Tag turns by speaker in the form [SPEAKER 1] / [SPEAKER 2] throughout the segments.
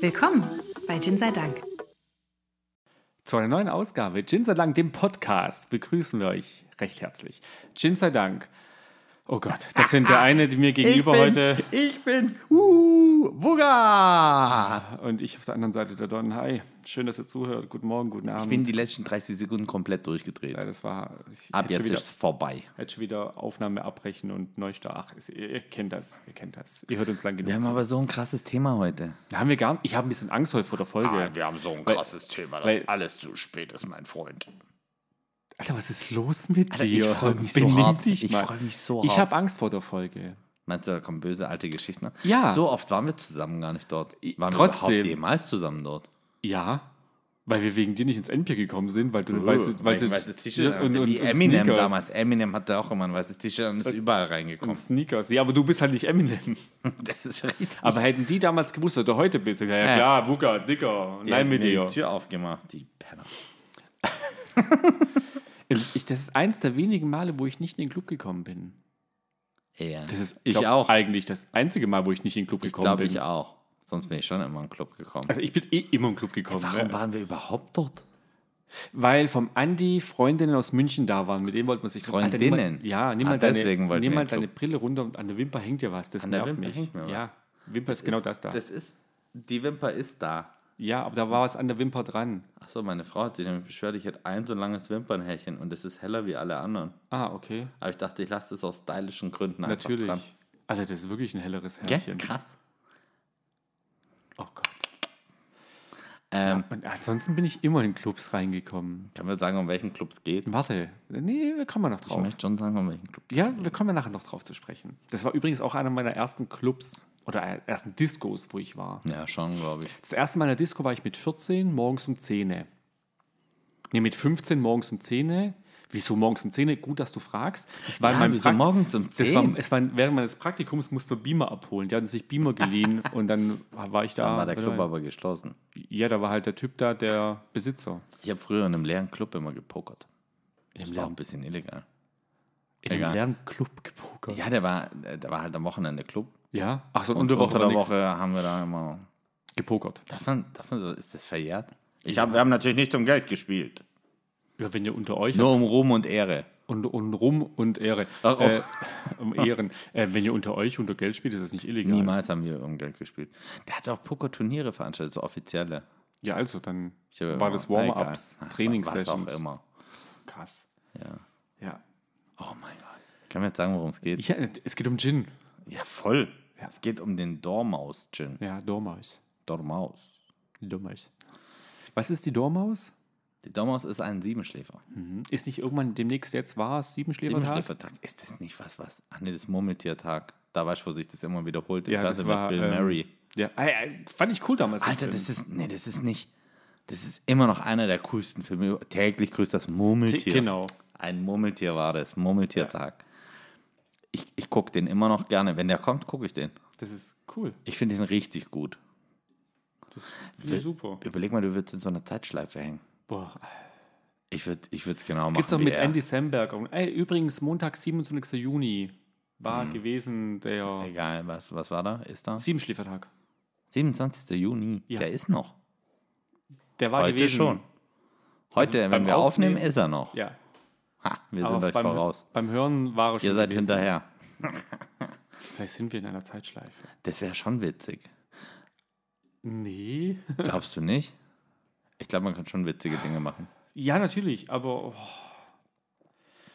[SPEAKER 1] Willkommen bei Gin sei Dank.
[SPEAKER 2] Zu einer neuen Ausgabe Gin sei Dank, dem Podcast, begrüßen wir euch recht herzlich. Gin sei Dank. Oh Gott, das sind der eine, die mir gegenüber
[SPEAKER 3] ich bin's,
[SPEAKER 2] heute
[SPEAKER 3] Ich bin's. Uh, Wuga!
[SPEAKER 2] und ich auf der anderen Seite der Don. Hi, schön, dass ihr zuhört. Guten Morgen, guten Abend.
[SPEAKER 3] Ich bin die letzten 30 Sekunden komplett durchgedreht.
[SPEAKER 2] ja, das war. Ich
[SPEAKER 3] Ab
[SPEAKER 2] hätte schon
[SPEAKER 3] jetzt
[SPEAKER 2] wieder,
[SPEAKER 3] ist es vorbei.
[SPEAKER 2] hätte schon wieder Aufnahme abbrechen und Neustart. Ach, ist- ihr, ihr kennt das, ihr kennt das. Ihr hört uns lang genug.
[SPEAKER 3] Wir haben
[SPEAKER 2] zu.
[SPEAKER 3] aber so ein krasses Thema heute.
[SPEAKER 2] haben wir gar, ich habe ein bisschen Angst heute vor der Folge.
[SPEAKER 3] haben so ein
[SPEAKER 2] Weil-
[SPEAKER 3] Thema, dass
[SPEAKER 2] weil-
[SPEAKER 3] alles zu spät ist, mein Freund.
[SPEAKER 2] Alter, was ist los mit
[SPEAKER 3] Alter, ich
[SPEAKER 2] dir?
[SPEAKER 3] freu mich so
[SPEAKER 2] Benimm
[SPEAKER 3] hart.
[SPEAKER 2] Dich
[SPEAKER 3] Ich
[SPEAKER 2] mal.
[SPEAKER 3] freu mich so
[SPEAKER 2] Ich
[SPEAKER 3] hart.
[SPEAKER 2] habe Angst vor der Folge.
[SPEAKER 3] Meinst du, da kommen böse alte Geschichten?
[SPEAKER 2] Ja.
[SPEAKER 3] So oft waren wir zusammen gar nicht dort.
[SPEAKER 2] I-
[SPEAKER 3] Waren wir
[SPEAKER 2] trotzdem.
[SPEAKER 3] überhaupt jemals zusammen dort?
[SPEAKER 2] Ja, weil wir wegen dir nicht ins Endbier gekommen sind, weil du
[SPEAKER 3] Oh,
[SPEAKER 2] ein weißes, weißes,
[SPEAKER 3] T-Shirt.
[SPEAKER 2] und, und,
[SPEAKER 3] Wie
[SPEAKER 2] und
[SPEAKER 3] Eminem
[SPEAKER 2] Sneakers.
[SPEAKER 3] damals. Eminem hatte auch immer ein weißes T-Shirt und ist überall
[SPEAKER 2] Und
[SPEAKER 3] reingekommen.
[SPEAKER 2] Sneakers. Ja, aber du bist halt nicht Eminem.
[SPEAKER 3] Das ist richtig.
[SPEAKER 2] Aber hätten die damals gewusst, wer du heute bist, ich sag, ja
[SPEAKER 3] Äh.
[SPEAKER 2] klar, Buka, Dicker,
[SPEAKER 3] Die
[SPEAKER 2] nein
[SPEAKER 3] hat
[SPEAKER 2] mit
[SPEAKER 3] mir
[SPEAKER 2] dir.
[SPEAKER 3] die Tür aufgemacht, die Penner.
[SPEAKER 2] Ich, das ist eins der wenigen Male, wo ich nicht in den Club gekommen bin.
[SPEAKER 3] Ja.
[SPEAKER 2] Das ist
[SPEAKER 3] ich
[SPEAKER 2] glaub,
[SPEAKER 3] auch.
[SPEAKER 2] eigentlich das einzige Mal, wo ich nicht in den Club gekommen
[SPEAKER 3] Glaube
[SPEAKER 2] bin.
[SPEAKER 3] ich auch. Sonst bin ich schon immer in den Club gekommen.
[SPEAKER 2] Also ich bin eh immer in den Club gekommen.
[SPEAKER 3] Warum
[SPEAKER 2] ne?
[SPEAKER 3] waren wir überhaupt dort?
[SPEAKER 2] Weil vom Andi Freundinnen aus München da waren. Mit denen wollte man sich
[SPEAKER 3] Freundinnen?
[SPEAKER 2] Alter, nimm mal, ja, nimm
[SPEAKER 3] Ah,
[SPEAKER 2] mal
[SPEAKER 3] deswegen
[SPEAKER 2] deine,
[SPEAKER 3] wollten
[SPEAKER 2] nimm
[SPEAKER 3] wir
[SPEAKER 2] mal
[SPEAKER 3] in den
[SPEAKER 2] deine Brille runter und an der Wimper hängt dir was. Das
[SPEAKER 3] der
[SPEAKER 2] nervt
[SPEAKER 3] Wimper
[SPEAKER 2] mich.
[SPEAKER 3] hängt mir was.
[SPEAKER 2] ja, Wimper ist, genau das da.
[SPEAKER 3] Das ist, die Wimper ist da.
[SPEAKER 2] ja, aber da war was an der Wimper dran.
[SPEAKER 3] Achso, meine Frau hat sich damit beschwert, ich hätte ein so langes Wimpernhärchen und es ist heller wie alle anderen.
[SPEAKER 2] Ah, okay.
[SPEAKER 3] Aber ich dachte, ich lasse es aus stylischen Gründen einfach
[SPEAKER 2] Natürlich.
[SPEAKER 3] dran.
[SPEAKER 2] Also das ist wirklich ein helleres
[SPEAKER 3] Gell?
[SPEAKER 2] Härchen.
[SPEAKER 3] Krass.
[SPEAKER 2] oh Gott.
[SPEAKER 3] Ähm,
[SPEAKER 2] Und ansonsten bin ich immer in Clubs reingekommen.
[SPEAKER 3] Kann man sagen, um welchen Club es geht?
[SPEAKER 2] Warte. Nee, wir kommen ja noch
[SPEAKER 3] Ich
[SPEAKER 2] drauf.
[SPEAKER 3] möchte schon sagen, um welchen Club.
[SPEAKER 2] Ja, wir kommen ja nachher noch drauf zu sprechen. Das war übrigens auch einer meiner ersten Clubs oder äh, ersten Discos, wo ich war.
[SPEAKER 3] Ja, schon, glaube ich.
[SPEAKER 2] Das erste Mal in der Disco war ich mit 14, morgens um 10. Nee, mit 15 morgens um 10. Wieso morgens um 10? Gut, dass du fragst. Das war in
[SPEAKER 3] Ja,
[SPEAKER 2] meinem
[SPEAKER 3] wieso
[SPEAKER 2] Prakt-
[SPEAKER 3] morgens um
[SPEAKER 2] Das war,
[SPEAKER 3] 10?
[SPEAKER 2] es war während meines Praktikums mussten wir Beamer abholen. Die hatten sich Beamer geliehen und dann war ich da.
[SPEAKER 3] Dann war der Club aber geschlossen.
[SPEAKER 2] Ja, da war halt der Typ da, der Besitzer.
[SPEAKER 3] Ich habe früher in einem leeren Club immer gepokert.
[SPEAKER 2] In
[SPEAKER 3] Das war auch ein bisschen illegal.
[SPEAKER 2] einem
[SPEAKER 3] egal.
[SPEAKER 2] leeren Club gepokert. Ja.
[SPEAKER 3] Ja, der war, der war halt am Wochenende Club.
[SPEAKER 2] Ach so, und
[SPEAKER 3] Und
[SPEAKER 2] unter,
[SPEAKER 3] unter
[SPEAKER 2] der
[SPEAKER 3] der
[SPEAKER 2] Woche
[SPEAKER 3] Woche haben wir da immer.
[SPEAKER 2] gepokert.
[SPEAKER 3] Darf man, darf man so, ist das verjährt? Ich hab, wir haben natürlich nicht um Geld gespielt.
[SPEAKER 2] Ja, wenn ihr unter euch
[SPEAKER 3] Nur um Ruhm und Ehre.
[SPEAKER 2] und, und Rum und Ehre.
[SPEAKER 3] Ach, oh.
[SPEAKER 2] Äh, um Ehren. Äh, wenn ihr unter euch unter Geld spielt, ist das nicht illegal.
[SPEAKER 3] Niemals haben wir um Geld gespielt. Der hat auch Pokerturniere veranstaltet, so offizielle.
[SPEAKER 2] Ja, also, dann
[SPEAKER 3] Ich hab
[SPEAKER 2] war
[SPEAKER 3] immer-
[SPEAKER 2] das Warm-Ups,
[SPEAKER 3] Na, egal. Was auch
[SPEAKER 2] Trainingssessions.
[SPEAKER 3] immer.
[SPEAKER 2] Krass.
[SPEAKER 3] Ja.
[SPEAKER 2] Ja.
[SPEAKER 3] Oh mein Gott. Kann man jetzt sagen, worum es geht?
[SPEAKER 2] ja. Es geht um Gin.
[SPEAKER 3] ja, voll.
[SPEAKER 2] Ja.
[SPEAKER 3] Es geht um den Dormaus-Gin.
[SPEAKER 2] Ja, Dormaus.
[SPEAKER 3] Dormaus.
[SPEAKER 2] Dormaus. Was ist die Dormaus?
[SPEAKER 3] Die Dormaus ist ein Siebenschläfer.
[SPEAKER 2] Hm, Ist nicht irgendwann demnächst jetzt war es Siebenschläfertag?
[SPEAKER 3] Siebenschläfertag. Ist das nicht was, was? Ach nee, das Murmeltiertag. Da weißt du, wo sich das immer wiederholt.
[SPEAKER 2] Ja, das war,
[SPEAKER 3] mit Bill
[SPEAKER 2] ähm,
[SPEAKER 3] Murray.
[SPEAKER 2] Ja, äh, äh, fand ich cool damals. den
[SPEAKER 3] Alter,
[SPEAKER 2] Film.
[SPEAKER 3] das ist, nee, das ist nicht, das ist immer noch einer der coolsten Filme. Täglich grüßt das Murmeltier.
[SPEAKER 2] Genau.
[SPEAKER 3] Ein Murmeltier war das, Murmeltiertag. Ich, ich gucke den immer noch gerne. Wenn der kommt, gucke ich den.
[SPEAKER 2] Das ist cool.
[SPEAKER 3] Ich finde den richtig gut.
[SPEAKER 2] Ja, super.
[SPEAKER 3] Überleg mal, du würdest in so einer Zeitschleife hängen.
[SPEAKER 2] Boah.
[SPEAKER 3] Ich würde es ich würd's genau machen
[SPEAKER 2] Geht's noch
[SPEAKER 3] wie
[SPEAKER 2] mit
[SPEAKER 3] er.
[SPEAKER 2] Andy Samberg. Und, ey, übrigens, Montag, 27. Juni war
[SPEAKER 3] Hm.
[SPEAKER 2] gewesen der
[SPEAKER 3] Egal, was, was war da? Ist da?
[SPEAKER 2] Siebenschläfertag.
[SPEAKER 3] 27. Juni.
[SPEAKER 2] Ja.
[SPEAKER 3] Der ist noch.
[SPEAKER 2] Der war
[SPEAKER 3] Heute
[SPEAKER 2] gewesen.
[SPEAKER 3] schon. Heute,
[SPEAKER 2] Also beim
[SPEAKER 3] wenn wir aufnehmen,
[SPEAKER 2] Aufnehmen-
[SPEAKER 3] ist er noch.
[SPEAKER 2] Ja.
[SPEAKER 3] Ha, wir
[SPEAKER 2] Aber
[SPEAKER 3] sind euch
[SPEAKER 2] beim,
[SPEAKER 3] voraus.
[SPEAKER 2] beim Hören war er schon.
[SPEAKER 3] Ihr seid
[SPEAKER 2] gewesen.
[SPEAKER 3] hinterher.
[SPEAKER 2] Vielleicht sind wir in einer Zeitschleife.
[SPEAKER 3] Das wäre schon witzig.
[SPEAKER 2] Nee.
[SPEAKER 3] Glaubst du nicht? Ich glaube, man kann schon witzige Dinge machen.
[SPEAKER 2] Ja, natürlich, aber oh.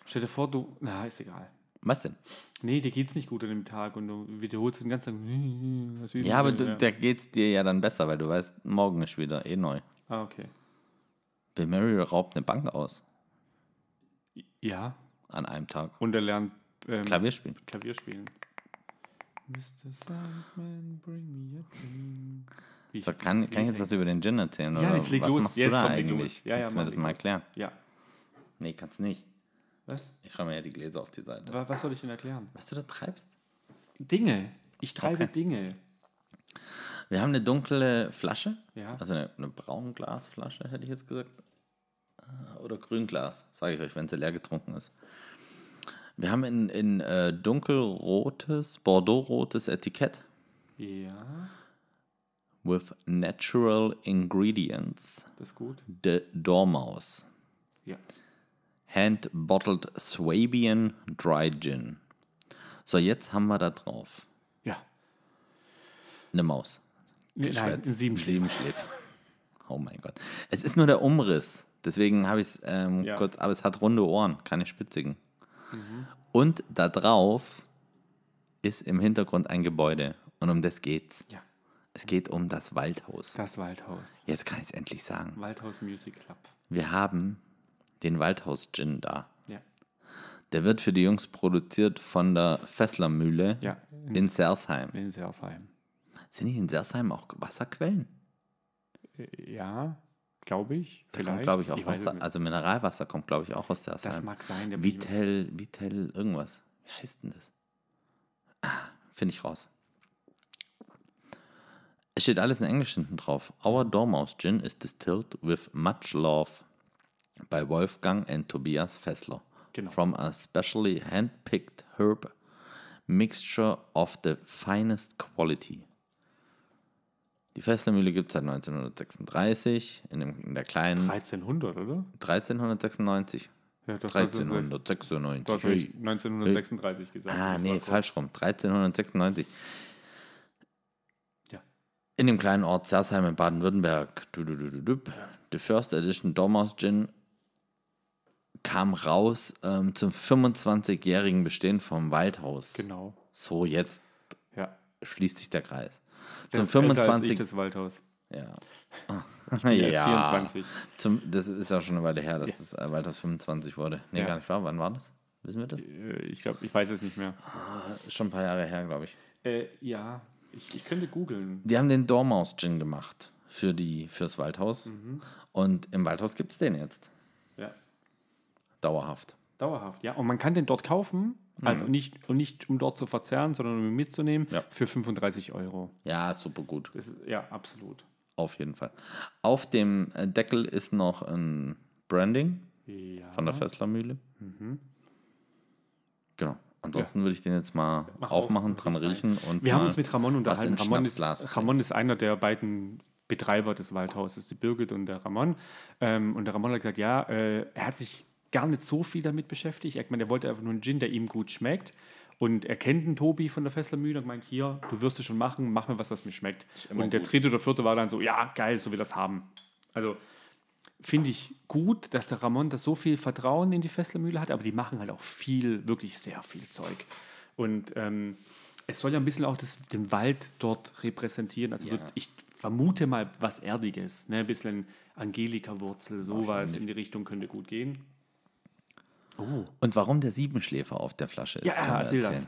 [SPEAKER 2] stell dir vor, du. Na, ist egal.
[SPEAKER 3] Was denn?
[SPEAKER 2] Nee, dir geht's nicht gut an dem Tag und du wiederholst den ganzen Tag. hm, was will ich
[SPEAKER 3] Ja, aber
[SPEAKER 2] denn?
[SPEAKER 3] du, da geht's dir ja dann besser, weil du weißt, morgen ist wieder eh neu.
[SPEAKER 2] Ah, okay.
[SPEAKER 3] Bill Murray raubt eine Bank aus
[SPEAKER 2] Ja,
[SPEAKER 3] an einem Tag.
[SPEAKER 2] und er lernt ähm,
[SPEAKER 3] Klavier spielen.
[SPEAKER 2] Klavier spielen. Mr. Sandman, bring me a dream. Wie
[SPEAKER 3] So, kann, kann ich jetzt was über den Gin erzählen?
[SPEAKER 2] Ja,
[SPEAKER 3] oder
[SPEAKER 2] jetzt leg
[SPEAKER 3] was
[SPEAKER 2] los,
[SPEAKER 3] machst
[SPEAKER 2] jetzt
[SPEAKER 3] du da
[SPEAKER 2] komm, leg los.
[SPEAKER 3] eigentlich?
[SPEAKER 2] Ja, ja,
[SPEAKER 3] Kannst du
[SPEAKER 2] mach,
[SPEAKER 3] mir das
[SPEAKER 2] leg
[SPEAKER 3] mal
[SPEAKER 2] los.
[SPEAKER 3] erklären?
[SPEAKER 2] Ja.
[SPEAKER 3] Nee, kannst nicht.
[SPEAKER 2] Was?
[SPEAKER 3] Ich räume ja die Gläser auf die Seite.
[SPEAKER 2] Wa- Was soll ich denn erklären?
[SPEAKER 3] Was du da treibst?
[SPEAKER 2] Dinge. Ich treibe Dinge.
[SPEAKER 3] Wir haben eine dunkle Flasche.
[SPEAKER 2] Ja.
[SPEAKER 3] Also eine, eine Braunglasflasche, hätte ich jetzt gesagt. Äh, Oder Grünglas, sage ich euch, wenn sie leer getrunken ist. Wir haben in, in äh, dunkelrotes, bordeauxrotes Etikett,
[SPEAKER 2] Ja.
[SPEAKER 3] with natural ingredients.
[SPEAKER 2] Das ist gut.
[SPEAKER 3] The Dormaus.
[SPEAKER 2] Ja.
[SPEAKER 3] Hand bottled Swabian Dry Gin. So, jetzt haben wir da drauf
[SPEAKER 2] Ja.
[SPEAKER 3] eine Maus.
[SPEAKER 2] Nein,
[SPEAKER 3] Geschwätzt.
[SPEAKER 2] ein Siebenschläfer.
[SPEAKER 3] Siebenschläfer. Oh mein Gott. Es ist nur der Umriss. Deswegen habe ich es ähm,
[SPEAKER 2] Ja. Mhm.
[SPEAKER 3] kurz, aber es hat runde Ohren, keine spitzigen. Und da drauf ist im Hintergrund ein Gebäude. Und um das geht's.
[SPEAKER 2] Ja.
[SPEAKER 3] Es geht um das Waldhaus.
[SPEAKER 2] Das Waldhaus.
[SPEAKER 3] Jetzt kann ich es endlich sagen.
[SPEAKER 2] Waldhaus Music Club.
[SPEAKER 3] Wir haben den Waldhaus-Gin da.
[SPEAKER 2] Ja.
[SPEAKER 3] Der wird für die Jungs produziert von der Fesslermühle
[SPEAKER 2] Ja. In,
[SPEAKER 3] in Sersheim.
[SPEAKER 2] in Sersheim.
[SPEAKER 3] Sind die in Sersheim auch Wasserquellen?
[SPEAKER 2] Äh, Ja, glaube ich.
[SPEAKER 3] Da kommt,
[SPEAKER 2] Vielleicht.
[SPEAKER 3] glaube ich, auch
[SPEAKER 2] weiß es
[SPEAKER 3] Wasser.
[SPEAKER 2] nicht.
[SPEAKER 3] Also Mineralwasser kommt, glaube ich, auch aus Sersheim.
[SPEAKER 2] das mag sein. da bin ich-
[SPEAKER 3] Vitel, Vitel, irgendwas. Wie heißt denn das? Ah, Finde ich raus. Es steht alles in Englisch hinten drauf. Our Dormouse Gin is distilled with much love by Wolfgang and Tobias Fessler
[SPEAKER 2] Genau.
[SPEAKER 3] from a specially handpicked herb mixture of the finest quality. Die Fesslermühle gibt es seit 1936 in, dem, in der kleinen
[SPEAKER 2] 1300, oder?
[SPEAKER 3] 1396.
[SPEAKER 2] Ja, das hast du so-
[SPEAKER 3] 1396.
[SPEAKER 2] Du hast
[SPEAKER 3] Hey.
[SPEAKER 2] nämlich 1936 gesagt.
[SPEAKER 3] Ah,
[SPEAKER 2] Ich
[SPEAKER 3] nee,
[SPEAKER 2] war
[SPEAKER 3] falsch rum. 1396.
[SPEAKER 2] Ja.
[SPEAKER 3] In dem kleinen Ort Sersheim in Baden-Württemberg. Du, du, du, du, du. The First Edition Dormaus Gin kam raus ähm, zum 25-jährigen Bestehen vom Waldhaus.
[SPEAKER 2] Genau.
[SPEAKER 3] So, jetzt
[SPEAKER 2] Ja.
[SPEAKER 3] schließt sich der Kreis.
[SPEAKER 2] Der
[SPEAKER 3] Zum
[SPEAKER 2] ist älter als ich,
[SPEAKER 3] 25.
[SPEAKER 2] das Waldhaus.
[SPEAKER 3] Ja.
[SPEAKER 2] Der
[SPEAKER 3] ja.
[SPEAKER 2] ist 24.
[SPEAKER 3] Zum, das ist ja schon eine Weile her, dass das äh, Waldhaus 25 wurde. Nee,
[SPEAKER 2] Ja.
[SPEAKER 3] gar nicht wahr. Wann war das? Wissen wir das?
[SPEAKER 2] Äh, Ich glaube, ich weiß es nicht mehr.
[SPEAKER 3] Schon ein paar Jahre her, glaube ich.
[SPEAKER 2] Äh, ja, ich, ich könnte googeln.
[SPEAKER 3] Die haben den Dormaus-Gin gemacht für die, fürs Waldhaus.
[SPEAKER 2] Mhm.
[SPEAKER 3] Und im Waldhaus gibt es den jetzt.
[SPEAKER 2] Ja.
[SPEAKER 3] Dauerhaft.
[SPEAKER 2] Dauerhaft, ja. Und man kann den dort kaufen, also nicht, und nicht um dort zu verzehren, sondern um ihn mitzunehmen,
[SPEAKER 3] Ja.
[SPEAKER 2] für 35 Euro.
[SPEAKER 3] Ja, super gut.
[SPEAKER 2] Das ist, ja, absolut.
[SPEAKER 3] Auf jeden Fall. Auf dem äh, Deckel ist noch ein Branding
[SPEAKER 2] Ja.
[SPEAKER 3] von der Fesslermühle.
[SPEAKER 2] Mhm.
[SPEAKER 3] Genau. Ansonsten würde ich den jetzt mal
[SPEAKER 2] mach auf,
[SPEAKER 3] aufmachen,
[SPEAKER 2] guck
[SPEAKER 3] dran
[SPEAKER 2] rein.
[SPEAKER 3] riechen und.
[SPEAKER 2] Wir
[SPEAKER 3] mal
[SPEAKER 2] haben uns mit Ramon unterhalten.
[SPEAKER 3] Was in
[SPEAKER 2] Ramon ist,
[SPEAKER 3] Schnapsglas.
[SPEAKER 2] Ramon ist einer der beiden Betreiber des Waldhauses, die Birgit und der Ramon. Ähm, und der Ramon hat gesagt, ja, äh, er hat sich gar nicht so viel damit beschäftigt. Er, hat gemeint, er wollte einfach nur einen Gin, der ihm gut schmeckt. Und er kennt den Tobi von der Fesslermühle und meint, hier, du wirst es schon machen, mach mir was, was mir schmeckt.
[SPEAKER 3] immer
[SPEAKER 2] Und der
[SPEAKER 3] gut.
[SPEAKER 2] dritte oder vierte war dann so, ja, geil, so will das haben. Also finde ich gut, dass der Ramon da so viel Vertrauen in die Fesslermühle hat, aber die machen halt auch viel, wirklich sehr viel Zeug. Und ähm, es soll ja ein bisschen auch das, den Wald dort repräsentieren. Also wird, ich vermute mal was Erdiges, ne? ein bisschen Angelika-Wurzel, sowas in die Richtung könnte gut gehen. Oh,
[SPEAKER 3] Und warum der Siebenschläfer auf der Flasche ist,
[SPEAKER 2] Ja,
[SPEAKER 3] können wir
[SPEAKER 2] erzähl das.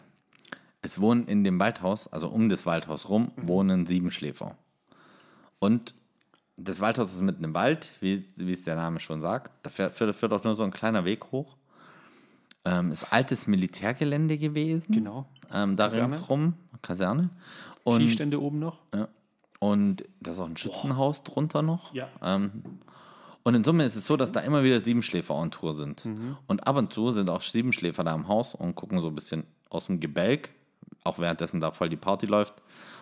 [SPEAKER 3] Es wohnen in dem Waldhaus, also um das Waldhaus rum,
[SPEAKER 2] Mhm.
[SPEAKER 3] wohnen Siebenschläfer. Und das Waldhaus ist mitten im Wald, wie, wie es der Name schon sagt. Da fährt, führt, führt auch nur so ein kleiner Weg hoch. Ähm, ist altes Militärgelände gewesen.
[SPEAKER 2] genau.
[SPEAKER 3] Ähm, da
[SPEAKER 2] Kaserne.
[SPEAKER 3] ringsrum, Kaserne. Und,
[SPEAKER 2] Schießstände oben noch.
[SPEAKER 3] und da ist auch ein Schützenhaus drunter noch.
[SPEAKER 2] Ja.
[SPEAKER 3] Ähm, und in Summe ist es so, dass
[SPEAKER 2] Mhm.
[SPEAKER 3] da immer wieder Siebenschläfer on Tour sind. Und ab und zu sind auch Siebenschläfer da im Haus und gucken so ein bisschen aus dem Gebälk, auch währenddessen da voll die Party läuft.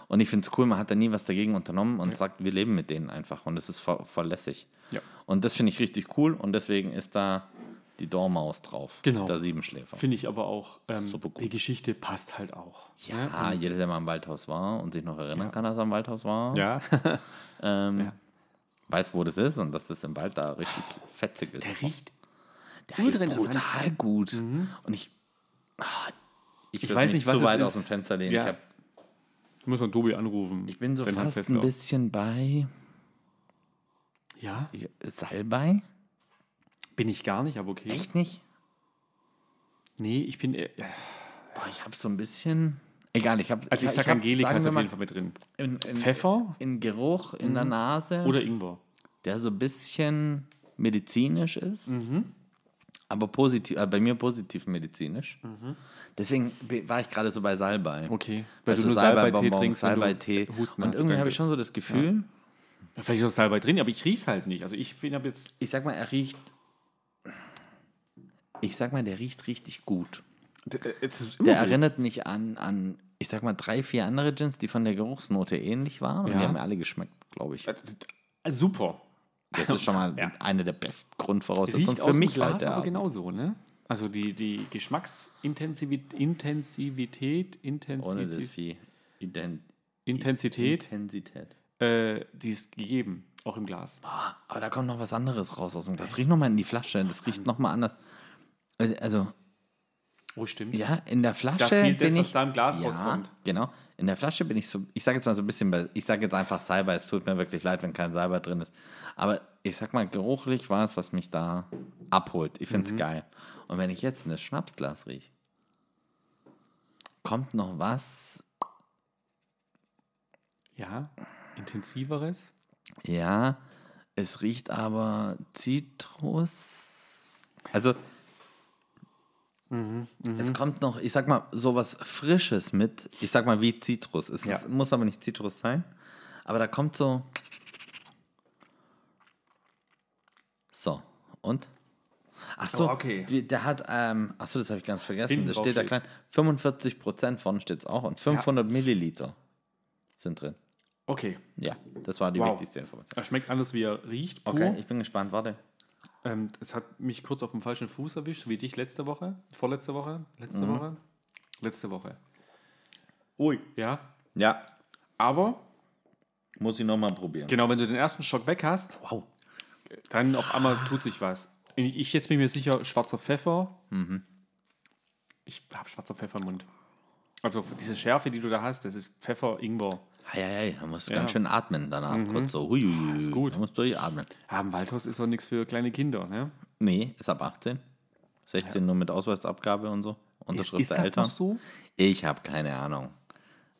[SPEAKER 3] Und ich finde es cool, man hat da nie was dagegen unternommen und sagt, wir leben mit denen einfach. Und es ist voll, voll lässig.
[SPEAKER 2] Ja.
[SPEAKER 3] Und das finde ich richtig cool und deswegen ist da die Dormaus drauf.
[SPEAKER 2] Genau.
[SPEAKER 3] Der Siebenschläfer.
[SPEAKER 2] Finde ich aber auch, ähm,
[SPEAKER 3] Super gut.
[SPEAKER 2] die Geschichte passt halt auch.
[SPEAKER 3] Ja, Ah, jeder, der mal im Waldhaus war und sich noch erinnern kann, dass er im Waldhaus war,
[SPEAKER 2] Ja.
[SPEAKER 3] ähm,
[SPEAKER 2] Ja.
[SPEAKER 3] weiß, wo das ist und dass das im Wald da richtig fetzig ist.
[SPEAKER 2] Der riecht
[SPEAKER 3] Der
[SPEAKER 2] Ultrainteressant.
[SPEAKER 3] brutal gut. Und ich, ah, Mhm. ich, würd
[SPEAKER 2] weiß
[SPEAKER 3] mich
[SPEAKER 2] nicht, was
[SPEAKER 3] zu
[SPEAKER 2] es
[SPEAKER 3] weit
[SPEAKER 2] ist.
[SPEAKER 3] aus dem Fenster lehnen.
[SPEAKER 2] Ja.
[SPEAKER 3] Ich, hab,
[SPEAKER 2] Muss man Tobi anrufen.
[SPEAKER 3] ich bin so
[SPEAKER 2] Dann hat
[SPEAKER 3] fast
[SPEAKER 2] Fessler
[SPEAKER 3] ein
[SPEAKER 2] auch.
[SPEAKER 3] bisschen bei
[SPEAKER 2] Ja,
[SPEAKER 3] Salbei.
[SPEAKER 2] bin ich gar nicht, aber okay.
[SPEAKER 3] Echt nicht?
[SPEAKER 2] Nee, ich bin. äh,
[SPEAKER 3] Boah, ich habe so ein bisschen. Egal, ich habe.
[SPEAKER 2] Also ich sag Angelika ist auf jeden Fall mit drin.
[SPEAKER 3] In, in,
[SPEAKER 2] Pfeffer
[SPEAKER 3] In Geruch, in der Nase.
[SPEAKER 2] oder Ingwer?
[SPEAKER 3] der so ein bisschen medizinisch ist, aber positiv, äh, bei mir positiv medizinisch. Deswegen be- war ich gerade so bei Salbei.
[SPEAKER 2] Okay.
[SPEAKER 3] Mhm. Weil so Salbei-Tee trinkst, Salbei-Tee.
[SPEAKER 2] Husten
[SPEAKER 3] Und irgendwie habe ich schon so das Gefühl,
[SPEAKER 2] Vielleicht ist auch Salbei drin, aber ich riech's halt nicht. Also ich habe jetzt.
[SPEAKER 3] ich sag mal, er riecht, ich sag mal, der riecht richtig gut.
[SPEAKER 2] Es äh, ist
[SPEAKER 3] Der erinnert mich an, an ich sag mal, drei, vier andere Gins, die von der Geruchsnote ähnlich waren. Und
[SPEAKER 2] Ja.
[SPEAKER 3] die haben mir alle geschmeckt, glaube ich.
[SPEAKER 2] Äh, Super.
[SPEAKER 3] Das ist schon mal
[SPEAKER 2] Ja.
[SPEAKER 3] eine der besten Grundvoraussetzungen
[SPEAKER 2] Riecht
[SPEAKER 3] für
[SPEAKER 2] aus dem
[SPEAKER 3] mich
[SPEAKER 2] Glas
[SPEAKER 3] heute.
[SPEAKER 2] aber
[SPEAKER 3] Abend.
[SPEAKER 2] genauso, ne? Also die, die Geschmacksintensivität, Intensivität,
[SPEAKER 3] Ohne das
[SPEAKER 2] Intensität,
[SPEAKER 3] Vieh. Ident
[SPEAKER 2] Intensität,
[SPEAKER 3] Intensität.
[SPEAKER 2] äh, die ist gegeben, auch im Glas.
[SPEAKER 3] Aber da kommt noch was anderes raus aus dem Glas. Das riecht nochmal in die Flasche. Das riecht nochmal anders. Äh, Also,
[SPEAKER 2] Oh, stimmt.
[SPEAKER 3] ja, in der Flasche.
[SPEAKER 2] Da fehlt das,
[SPEAKER 3] bin
[SPEAKER 2] was
[SPEAKER 3] ich,
[SPEAKER 2] da im Glas
[SPEAKER 3] ja,
[SPEAKER 2] rauskommt.
[SPEAKER 3] Genau. In der Flasche bin ich so, ich sage jetzt mal so ein bisschen, bei- ich sage jetzt einfach Salbei. Es tut mir wirklich leid, wenn kein Salbei drin ist. Aber ich sag mal, geruchlich war es, was mich da abholt. Ich
[SPEAKER 2] Mhm.
[SPEAKER 3] finde es geil. Und wenn ich jetzt in das Schnapsglas rieche, kommt noch was.
[SPEAKER 2] Ja, intensiveres.
[SPEAKER 3] Ja, es riecht aber Zitrus. Also,
[SPEAKER 2] Mhm,
[SPEAKER 3] es kommt noch, ich sag mal, sowas Frisches mit. Ich sag mal, wie Zitrus. Es
[SPEAKER 2] Ja.
[SPEAKER 3] ist, muss aber nicht Zitrus sein. Aber da kommt so. So, und? Ach so,
[SPEAKER 2] Oh, okay.
[SPEAKER 3] die- der hat, ähm, ach so, das habe ich ganz vergessen.
[SPEAKER 2] Hinten
[SPEAKER 3] Das
[SPEAKER 2] drauf
[SPEAKER 3] steht da klein.
[SPEAKER 2] steht.
[SPEAKER 3] 45 Prozent vorne steht es auch und 500 Milliliter sind drin.
[SPEAKER 2] Okay.
[SPEAKER 3] Ja, das war die
[SPEAKER 2] Wow.
[SPEAKER 3] wichtigste Information.
[SPEAKER 2] Er schmeckt anders, wie er riecht. Pur.
[SPEAKER 3] Okay, ich bin gespannt, warte.
[SPEAKER 2] Ähm, es hat mich kurz auf dem falschen Fuß erwischt, so wie dich letzte Woche, vorletzte Woche, letzte
[SPEAKER 3] Mhm.
[SPEAKER 2] Woche, letzte Woche.
[SPEAKER 3] Ui.
[SPEAKER 2] Ja,
[SPEAKER 3] Ja,
[SPEAKER 2] aber
[SPEAKER 3] muss ich nochmal probieren.
[SPEAKER 2] genau, wenn du den ersten Schock weg hast,
[SPEAKER 3] Wow.
[SPEAKER 2] dann auf einmal tut sich was. Mhm. Ich ich jetzt bin mir sicher, schwarzer Pfeffer. Ich habe schwarzer Pfeffer im Mund. Also diese Schärfe, die du da hast, das ist Pfeffer, Ingwer.
[SPEAKER 3] Hei, hei, hei, da musst du
[SPEAKER 2] Ja. Mhm.
[SPEAKER 3] ganz schön atmen danach kurz so. Hui, hui, hui,
[SPEAKER 2] gut.
[SPEAKER 3] Da musst du durchatmen.
[SPEAKER 2] Ja, im Waldhaus ist doch nichts für kleine Kinder. Ne?
[SPEAKER 3] Nee, ist ab 18. 16 nur mit Ausweisabgabe und so. Unterschrift
[SPEAKER 2] ist
[SPEAKER 3] der
[SPEAKER 2] das
[SPEAKER 3] Eltern.
[SPEAKER 2] noch so?
[SPEAKER 3] Ich habe keine Ahnung.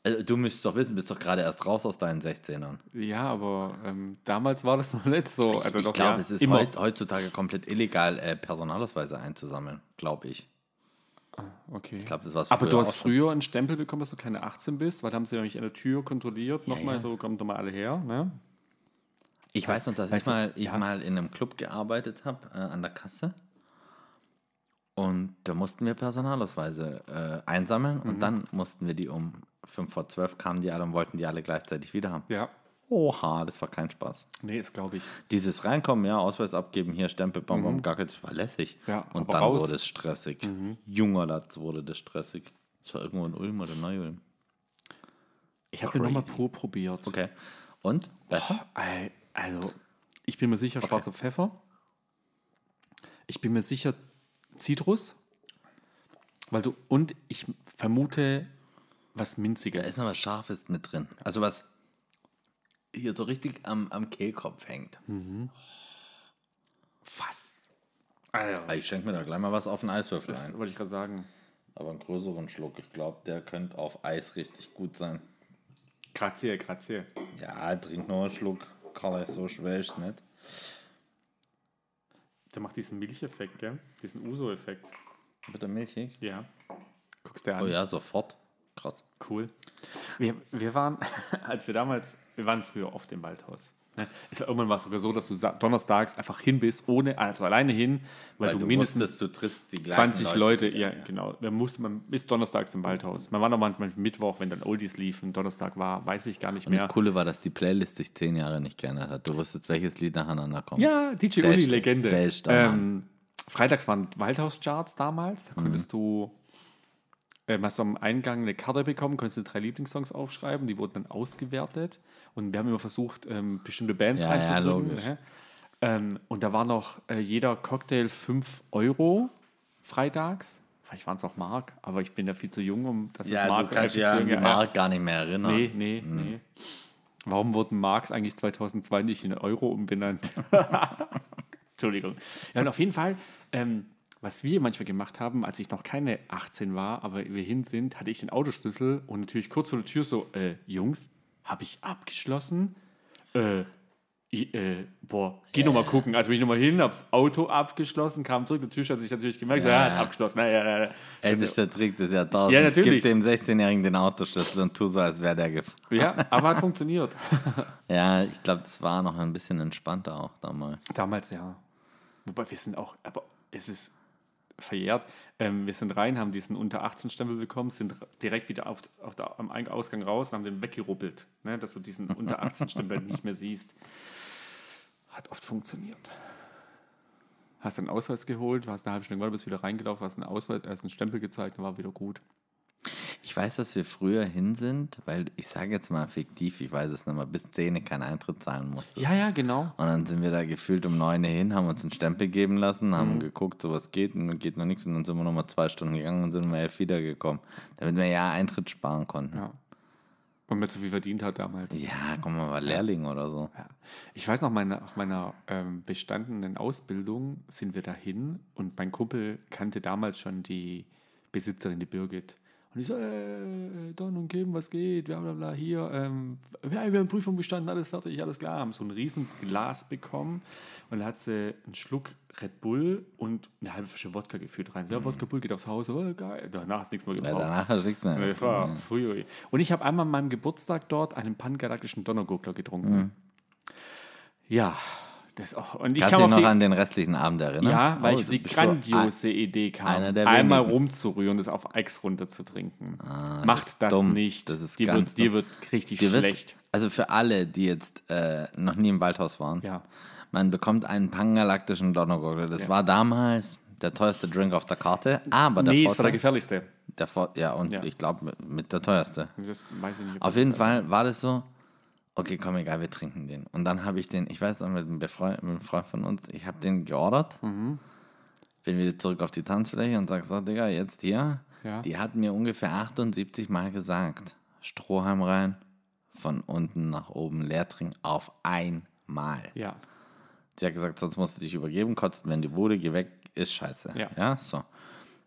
[SPEAKER 3] Also, du müsstest doch wissen, bist doch gerade erst raus aus deinen 16ern.
[SPEAKER 2] Ja, aber ähm, damals war das noch nicht so. Also
[SPEAKER 3] ich
[SPEAKER 2] doch,
[SPEAKER 3] glaube,
[SPEAKER 2] ja,
[SPEAKER 3] es ist
[SPEAKER 2] immer.
[SPEAKER 3] heut- heutzutage komplett illegal, äh, Personalausweise einzusammeln, glaube ich.
[SPEAKER 2] Okay. Ich
[SPEAKER 3] glaub, das war's
[SPEAKER 2] Aber
[SPEAKER 3] früher
[SPEAKER 2] du hast
[SPEAKER 3] auch schon.
[SPEAKER 2] früher einen Stempel bekommen, dass du keine 18 bist, weil da haben sie nämlich an der Tür kontrolliert. Nochmal
[SPEAKER 3] ja.
[SPEAKER 2] so, kommt doch mal alle her. Ne?
[SPEAKER 3] Ich weiß noch, dass ich,
[SPEAKER 2] weißt du,
[SPEAKER 3] mal, ich
[SPEAKER 2] ja.
[SPEAKER 3] mal in einem Club gearbeitet habe, äh, an der Kasse. Und da mussten wir Personalausweise äh, einsammeln
[SPEAKER 2] Mhm.
[SPEAKER 3] und dann mussten wir die um 5 vor 12 kamen die alle und wollten die alle gleichzeitig wieder haben.
[SPEAKER 2] Ja.
[SPEAKER 3] Oha, das war kein Spaß.
[SPEAKER 2] Nee, ist glaube ich.
[SPEAKER 3] Dieses Reinkommen, ja, Ausweis abgeben, hier Stempel, bam, bam, gar das war lässig.
[SPEAKER 2] Mhm. Ja,
[SPEAKER 3] und
[SPEAKER 2] aber
[SPEAKER 3] dann
[SPEAKER 2] raus. Mhm.
[SPEAKER 3] wurde es stressig. Junger Latz wurde das stressig. Das war irgendwo in Ulm oder Neu-Ulm.
[SPEAKER 2] Ich habe den nochmal pur probiert.
[SPEAKER 3] Okay. Und? Besser?
[SPEAKER 2] Al- Also, ich bin mir sicher, schwarzer Pfeffer. Ich bin mir sicher, Zitrus. Weil du, und ich vermute, was
[SPEAKER 3] Da ist
[SPEAKER 2] Minziges.
[SPEAKER 3] noch was Scharfes mit drin. Also was hier so richtig am, am Kehlkopf hängt.
[SPEAKER 2] Hm. Was? Alter.
[SPEAKER 3] Ah, Ich schenke mir da gleich mal was auf den Eiswürfel
[SPEAKER 2] Ah Das
[SPEAKER 3] ein.
[SPEAKER 2] wollte ich gerade sagen.
[SPEAKER 3] Aber einen größeren Schluck. Ich glaube, der könnte auf Eis richtig gut sein.
[SPEAKER 2] Grazie, grazie.
[SPEAKER 3] Ja, trink noch einen Schluck. Karl, so schwer ist nicht.
[SPEAKER 2] Der macht diesen Milcheffekt, gell? Diesen Uso-Effekt.
[SPEAKER 3] Bitte milchig.
[SPEAKER 2] Ja. Guckst dir an.
[SPEAKER 3] Oh ja, sofort. Krass.
[SPEAKER 2] Cool. Wir, wir waren, als wir damals, wir waren früher oft im Waldhaus. Ne? Es war irgendwann war es sogar so, dass du sa- donnerstags einfach hin bist, ohne, also alleine hin, weil, du, mindestens
[SPEAKER 3] wusstest, du triffst die gleichen
[SPEAKER 2] 20 Leute,
[SPEAKER 3] wieder,
[SPEAKER 2] ja, genau. Man, musste, man ist donnerstags im Waldhaus. Man war noch manchmal Mittwoch, wenn dann Oldies liefen, Donnerstag war, weiß ich gar nicht
[SPEAKER 3] Und
[SPEAKER 2] mehr.
[SPEAKER 3] das Coole war, dass die Playlist sich zehn Jahre nicht geändert hat. Du wusstest, welches Lied nacheinander kommt.
[SPEAKER 2] Ja, DJ
[SPEAKER 3] Der
[SPEAKER 2] Uli,
[SPEAKER 3] steht-
[SPEAKER 2] Legende.
[SPEAKER 3] der ist der
[SPEAKER 2] ähm, freitags waren Waldhaus-Charts damals. Da konntest
[SPEAKER 3] Mhm.
[SPEAKER 2] du, ähm, hast du am Eingang eine Karte bekommen, konntest dir drei Lieblingssongs aufschreiben, die wurden dann ausgewertet. Und wir haben immer versucht, ähm, bestimmte Bands
[SPEAKER 3] Ja, ja,
[SPEAKER 2] reinzubringen.
[SPEAKER 3] logisch.
[SPEAKER 2] ne? ähm, und da war noch äh, jeder Cocktail 5 Euro freitags. Vielleicht waren es auch Mark, aber ich bin ja viel zu jung, um dass es
[SPEAKER 3] ja
[SPEAKER 2] Mark
[SPEAKER 3] du kannst ja an die Mark gar nicht mehr erinnern.
[SPEAKER 2] Nee, nee, nee. Warum wurden Marks eigentlich 2002 nicht in Euro umbenannt? Entschuldigung. Ja, und auf jeden Fall, ähm, was wir manchmal gemacht haben, als ich noch keine 18 war, aber wir hin sind, hatte ich den Autoschlüssel und natürlich kurz vor der Tür so, äh, Jungs, habe ich abgeschlossen? Äh, ich, äh, boah, geh noch mal gucken. Also bin ich noch mal hin, hab's Auto abgeschlossen, kam zurück, der Tisch hat sich natürlich gemerkt, so, ja, hat abgeschlossen. Ja, ja, ja, ja.
[SPEAKER 3] Ey, das ist der Trick des Jahrtausends.
[SPEAKER 2] Ja, natürlich.
[SPEAKER 3] Gib dem 16-Jährigen den Autoschlüssel und tu so, als wäre der gefahren.
[SPEAKER 2] ja aber hat funktioniert.
[SPEAKER 3] Ja, ich glaube, das war noch ein bisschen entspannter auch damals.
[SPEAKER 2] Damals ja. Wobei wir sind auch, aber es ist verjährt. Ähm, wir sind rein, haben diesen unter 18 Stempel bekommen, sind r- direkt wieder auf, auf der, am Ein- Ausgang raus und haben den weggeruppelt, ne, dass du diesen unter 18 Stempel nicht mehr siehst. Hat oft funktioniert. Hast einen Ausweis geholt, warst eine halbe Stunde gewartet, bist wieder reingelaufen, hast einen Ausweis, erst einen Stempel gezeigt und war wieder gut.
[SPEAKER 3] Ich weiß, dass wir früher hin sind, weil ich sage jetzt mal fiktiv, ich weiß es nicht mal, bis 10 keinen Eintritt zahlen musste.
[SPEAKER 2] Ja, ja, genau.
[SPEAKER 3] Und dann sind wir da gefühlt um 9 hin, haben uns einen Stempel geben lassen, haben geguckt, so was geht und geht noch nichts. Und dann sind wir nochmal zwei Stunden gegangen und sind um 11 wiedergekommen, damit wir ja Eintritt sparen konnten. Ja,
[SPEAKER 2] Ja. Und mir zu viel verdient hat damals.
[SPEAKER 3] komm mal, war Lehrling oder so.
[SPEAKER 2] Ja. Ich weiß noch, meine, nach meiner ähm, bestandenen Ausbildung sind wir dahin und mein Kumpel kannte damals schon die Besitzerin, die Birgit. Und ich so, äh, Don und Kim, was geht? Bla bla bla, hier. Ähm, ja, wir haben Prüfung bestanden, alles fertig, alles klar. Haben so ein riesen Glas bekommen und da hat sie einen Schluck Red Bull und eine halbe Flasche Wodka gefühlt rein. So, ja, Wodka Bull geht aufs Haus, oh, geil. Danach ist nichts mehr
[SPEAKER 3] Ja,
[SPEAKER 2] gebraucht.
[SPEAKER 3] danach hast du nichts mehr.
[SPEAKER 2] Ja, Das war, hui, hui. Und ich habe einmal an meinem Geburtstag dort einen pangalaktischen Donnergurgler getrunken.
[SPEAKER 3] Mhm.
[SPEAKER 2] Ja, das auch. Und ich
[SPEAKER 3] Kannst du
[SPEAKER 2] kam
[SPEAKER 3] dich
[SPEAKER 2] auf
[SPEAKER 3] noch
[SPEAKER 2] die,
[SPEAKER 3] an den restlichen Abend erinnern?
[SPEAKER 2] ja, weil
[SPEAKER 3] Oh,
[SPEAKER 2] ich auf
[SPEAKER 3] du
[SPEAKER 2] die
[SPEAKER 3] bist so
[SPEAKER 2] grandiose Idee kam,
[SPEAKER 3] einer der
[SPEAKER 2] einmal
[SPEAKER 3] wenigen.
[SPEAKER 2] rumzurühren, das auf Eis runterzutrinken. Macht das,
[SPEAKER 3] ist dumm.
[SPEAKER 2] nicht.
[SPEAKER 3] Das ist
[SPEAKER 2] dir,
[SPEAKER 3] ganz
[SPEAKER 2] wird, dir
[SPEAKER 3] dumm.
[SPEAKER 2] wird richtig
[SPEAKER 3] Dir
[SPEAKER 2] schlecht.
[SPEAKER 3] Wird, also für alle, die jetzt äh, noch nie im Waldhaus waren,
[SPEAKER 2] Ja.
[SPEAKER 3] man bekommt einen pangalaktischen Donnergurgel. Das war damals der teuerste Drink auf der Karte, aber der
[SPEAKER 2] nee, das war der
[SPEAKER 3] Vorteil,
[SPEAKER 2] gefährlichste.
[SPEAKER 3] der Vor ja, und
[SPEAKER 2] Ja.
[SPEAKER 3] ich glaube mit der teuerste.
[SPEAKER 2] Das weiß ich nicht. ob
[SPEAKER 3] Auf
[SPEAKER 2] das-
[SPEAKER 3] jeden Fall war das so, okay, komm, egal, wir trinken den. Und dann habe ich den, ich weiß noch, mit einem Befreund, mit einem Freund von uns, ich habe den geordert, bin wieder zurück auf die Tanzfläche und sag so, Digga, jetzt hier.
[SPEAKER 2] Ja.
[SPEAKER 3] Die hat mir ungefähr 78 Mal gesagt, Strohhalm rein, von unten nach oben leer trinken, auf einmal.
[SPEAKER 2] Ja,
[SPEAKER 3] Sie hat gesagt, sonst musst du dich übergeben, kotzt mir in die Bude, geh weg, ist scheiße.
[SPEAKER 2] Ja.
[SPEAKER 3] so.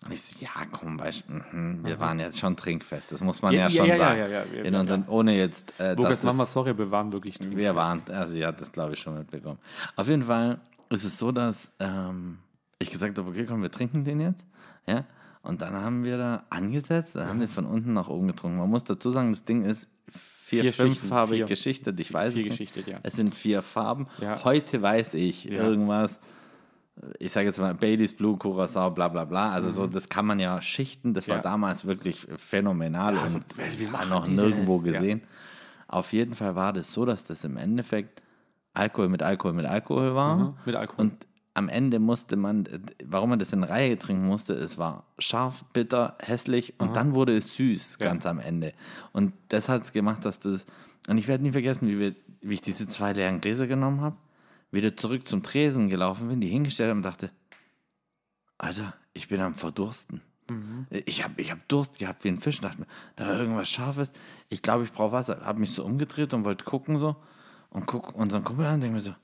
[SPEAKER 3] Und ich so, ja, komm, weißt, mhm, wir waren jetzt schon trinkfest, das muss man ja,
[SPEAKER 2] Ja, ja,
[SPEAKER 3] schon
[SPEAKER 2] ja,
[SPEAKER 3] sagen.
[SPEAKER 2] ja, ja, ja,
[SPEAKER 3] in
[SPEAKER 2] ja.
[SPEAKER 3] unseren, ohne jetzt, äh,
[SPEAKER 2] Lukas,
[SPEAKER 3] dass
[SPEAKER 2] Mama,
[SPEAKER 3] das,
[SPEAKER 2] sorry, wir waren wirklich drin.
[SPEAKER 3] wir waren, also sie hat das, glaube ich, schon mitbekommen. Auf jeden Fall ist es so, dass ähm, ich gesagt habe, okay, komm, wir trinken den jetzt, ja. Und dann haben wir da angesetzt, dann haben wir von unten nach oben getrunken. Man muss dazu sagen, das Ding ist vier,
[SPEAKER 2] Vier Schichten,
[SPEAKER 3] fünffarbig
[SPEAKER 2] vier-
[SPEAKER 3] geschichtet, ich weiß
[SPEAKER 2] vier
[SPEAKER 3] es
[SPEAKER 2] geschichtet,
[SPEAKER 3] nicht.
[SPEAKER 2] ja.
[SPEAKER 3] Es sind vier Farben.
[SPEAKER 2] Ja.
[SPEAKER 3] Heute weiß ich
[SPEAKER 2] Ja.
[SPEAKER 3] irgendwas, ich sage jetzt mal Baileys Blue, Curacao, bla bla bla. Also so, das kann man ja schichten. Das war
[SPEAKER 2] Mhm. Ja.
[SPEAKER 3] damals wirklich phänomenal
[SPEAKER 2] Ja, also,
[SPEAKER 3] und
[SPEAKER 2] wer- wie
[SPEAKER 3] das war
[SPEAKER 2] machen
[SPEAKER 3] noch
[SPEAKER 2] die
[SPEAKER 3] nirgendwo
[SPEAKER 2] das? Ja.
[SPEAKER 3] gesehen. Auf jeden Fall war das so, dass das im Endeffekt Alkohol mit Alkohol mit Alkohol war.
[SPEAKER 2] Mhm, mit Alkohol.
[SPEAKER 3] Und am Ende musste man, äh, warum man das in Reihe trinken musste, es war scharf, bitter, hässlich und dann wurde es süß
[SPEAKER 2] Mhm. Ja.
[SPEAKER 3] ganz am Ende. Und das hat es gemacht, dass das, und ich werde nie vergessen, wie, wir, wie ich diese zwei leeren Gläser genommen habe, wieder zurück zum Tresen gelaufen bin, die hingestellt habe und dachte, Alter, ich bin am Verdursten. Ich habe ich hab Durst gehabt wie ein Fisch, dachte mir, da war irgendwas Scharfes. Ich glaube, ich brauche Wasser. Habe mich so umgedreht und wollte gucken so und guck unseren Kumpel an und denke mir so,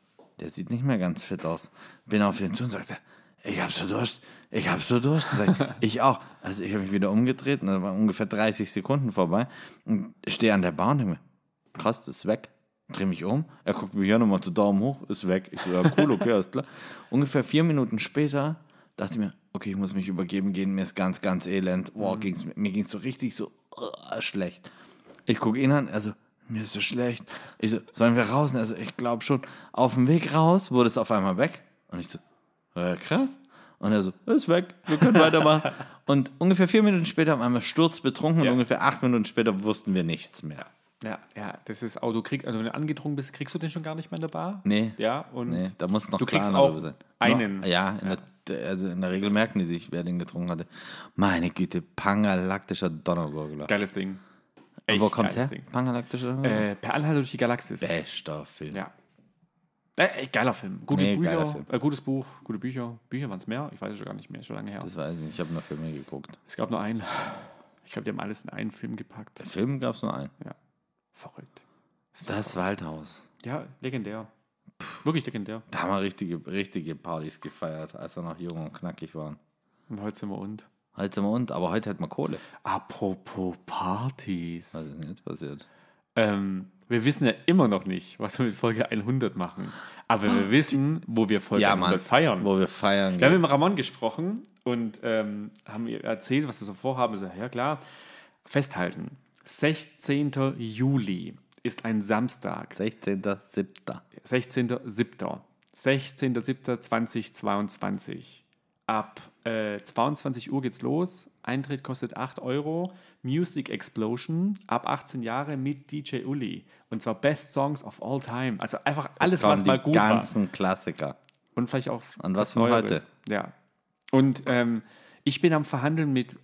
[SPEAKER 3] der sieht nicht mehr ganz fit aus. Bin auf den zu und sagte, ich habe so Durst, ich habe so Durst. Und sag, ich, ich auch. Also ich habe mich wieder umgedreht und da waren ungefähr 30 Sekunden vorbei und stehe an der Bar und denke mir, krass, das ist weg. Dreh mich um, er guckt mir hier nochmal zu Daumen hoch, ist weg. Ich so, ja cool, okay, alles klar. Ungefähr vier Minuten später dachte ich mir, okay, ich muss mich übergeben gehen, mir ist ganz, ganz elend.
[SPEAKER 2] Mhm.
[SPEAKER 3] Boah, ging's, mir- mir ging es so richtig so uh, schlecht. Ich gucke ihn an, also mir ist so schlecht. Ich so, sollen wir raus? Also ich glaube schon. Auf dem Weg raus wurde es auf einmal weg. Und ich so, äh, krass. Und er so, ist weg, wir können weitermachen. und ungefähr vier Minuten später haben wir sturzbetrunken
[SPEAKER 2] Ja.
[SPEAKER 3] und ungefähr acht Minuten später wussten wir nichts mehr.
[SPEAKER 2] Ja, ja, das ist Auto. Krieg, also wenn du angetrunken bist, kriegst du den schon gar nicht mehr in der Bar?
[SPEAKER 3] Nee.
[SPEAKER 2] Ja, und
[SPEAKER 3] Nee, da muss noch
[SPEAKER 2] du kriegst
[SPEAKER 3] Plan
[SPEAKER 2] auch
[SPEAKER 3] darüber sein.
[SPEAKER 2] einen.
[SPEAKER 3] Noch, ja, in Der, also in der Regel merken die sich, wer den getrunken hatte. Meine Güte, pangalaktischer Donnergurgler.
[SPEAKER 2] Geiles Ding.
[SPEAKER 3] Und
[SPEAKER 2] Echt
[SPEAKER 3] wo kommt's her?
[SPEAKER 2] geiles Ding.
[SPEAKER 3] Pangalaktischer Donnergurgler?
[SPEAKER 2] Äh, per Anhalter durch die Galaxis.
[SPEAKER 3] Bester Film.
[SPEAKER 2] Ja. Äh, äh, geiler Film. Gute
[SPEAKER 3] Nee, geiler
[SPEAKER 2] Bücher,
[SPEAKER 3] Film.
[SPEAKER 2] äh, gutes Buch, gute Bücher. Bücher waren es mehr, ich weiß es schon gar nicht mehr, ist schon lange her.
[SPEAKER 3] Das weiß ich nicht, ich habe nur Filme geguckt.
[SPEAKER 2] es gab nur einen. Ich glaube, die haben alles in einen Film gepackt.
[SPEAKER 3] Film gab es nur einen.
[SPEAKER 2] Ja. Verrückt.
[SPEAKER 3] Das Waldhaus.
[SPEAKER 2] Ja, legendär. Wirklich legendär.
[SPEAKER 3] Da haben wir richtige, richtige Partys gefeiert, als wir noch jung und knackig waren.
[SPEAKER 2] Und heute sind wir und.
[SPEAKER 3] Heute sind wir und, aber heute hat man Kohle.
[SPEAKER 2] Apropos Partys.
[SPEAKER 3] Was ist denn jetzt passiert?
[SPEAKER 2] Ähm, wir wissen ja immer noch nicht, was wir mit Folge 100 machen. Aber wir wissen, wo wir Folge 100 feiern.
[SPEAKER 3] Wo wir feiern
[SPEAKER 2] Wir haben
[SPEAKER 3] gehen.
[SPEAKER 2] mit Ramon gesprochen und ähm, haben ihr erzählt, was wir so vorhaben. So, ja klar, festhalten. 16. Juli ist ein Samstag.
[SPEAKER 3] 16.07.
[SPEAKER 2] 16.07. 16.07.2022. Ab äh, 22 Uhr geht's los. Eintritt kostet 8 Euro. Music Explosion ab 18 Jahre mit DJ Uli. Und zwar Best Songs of All Time. Also einfach alles, was
[SPEAKER 3] die
[SPEAKER 2] mal gut war.
[SPEAKER 3] ganzen Klassiker.
[SPEAKER 2] Und vielleicht auch
[SPEAKER 3] Und was von
[SPEAKER 2] Neues.
[SPEAKER 3] heute.
[SPEAKER 2] Ja. Und ähm, ich bin am Verhandeln mit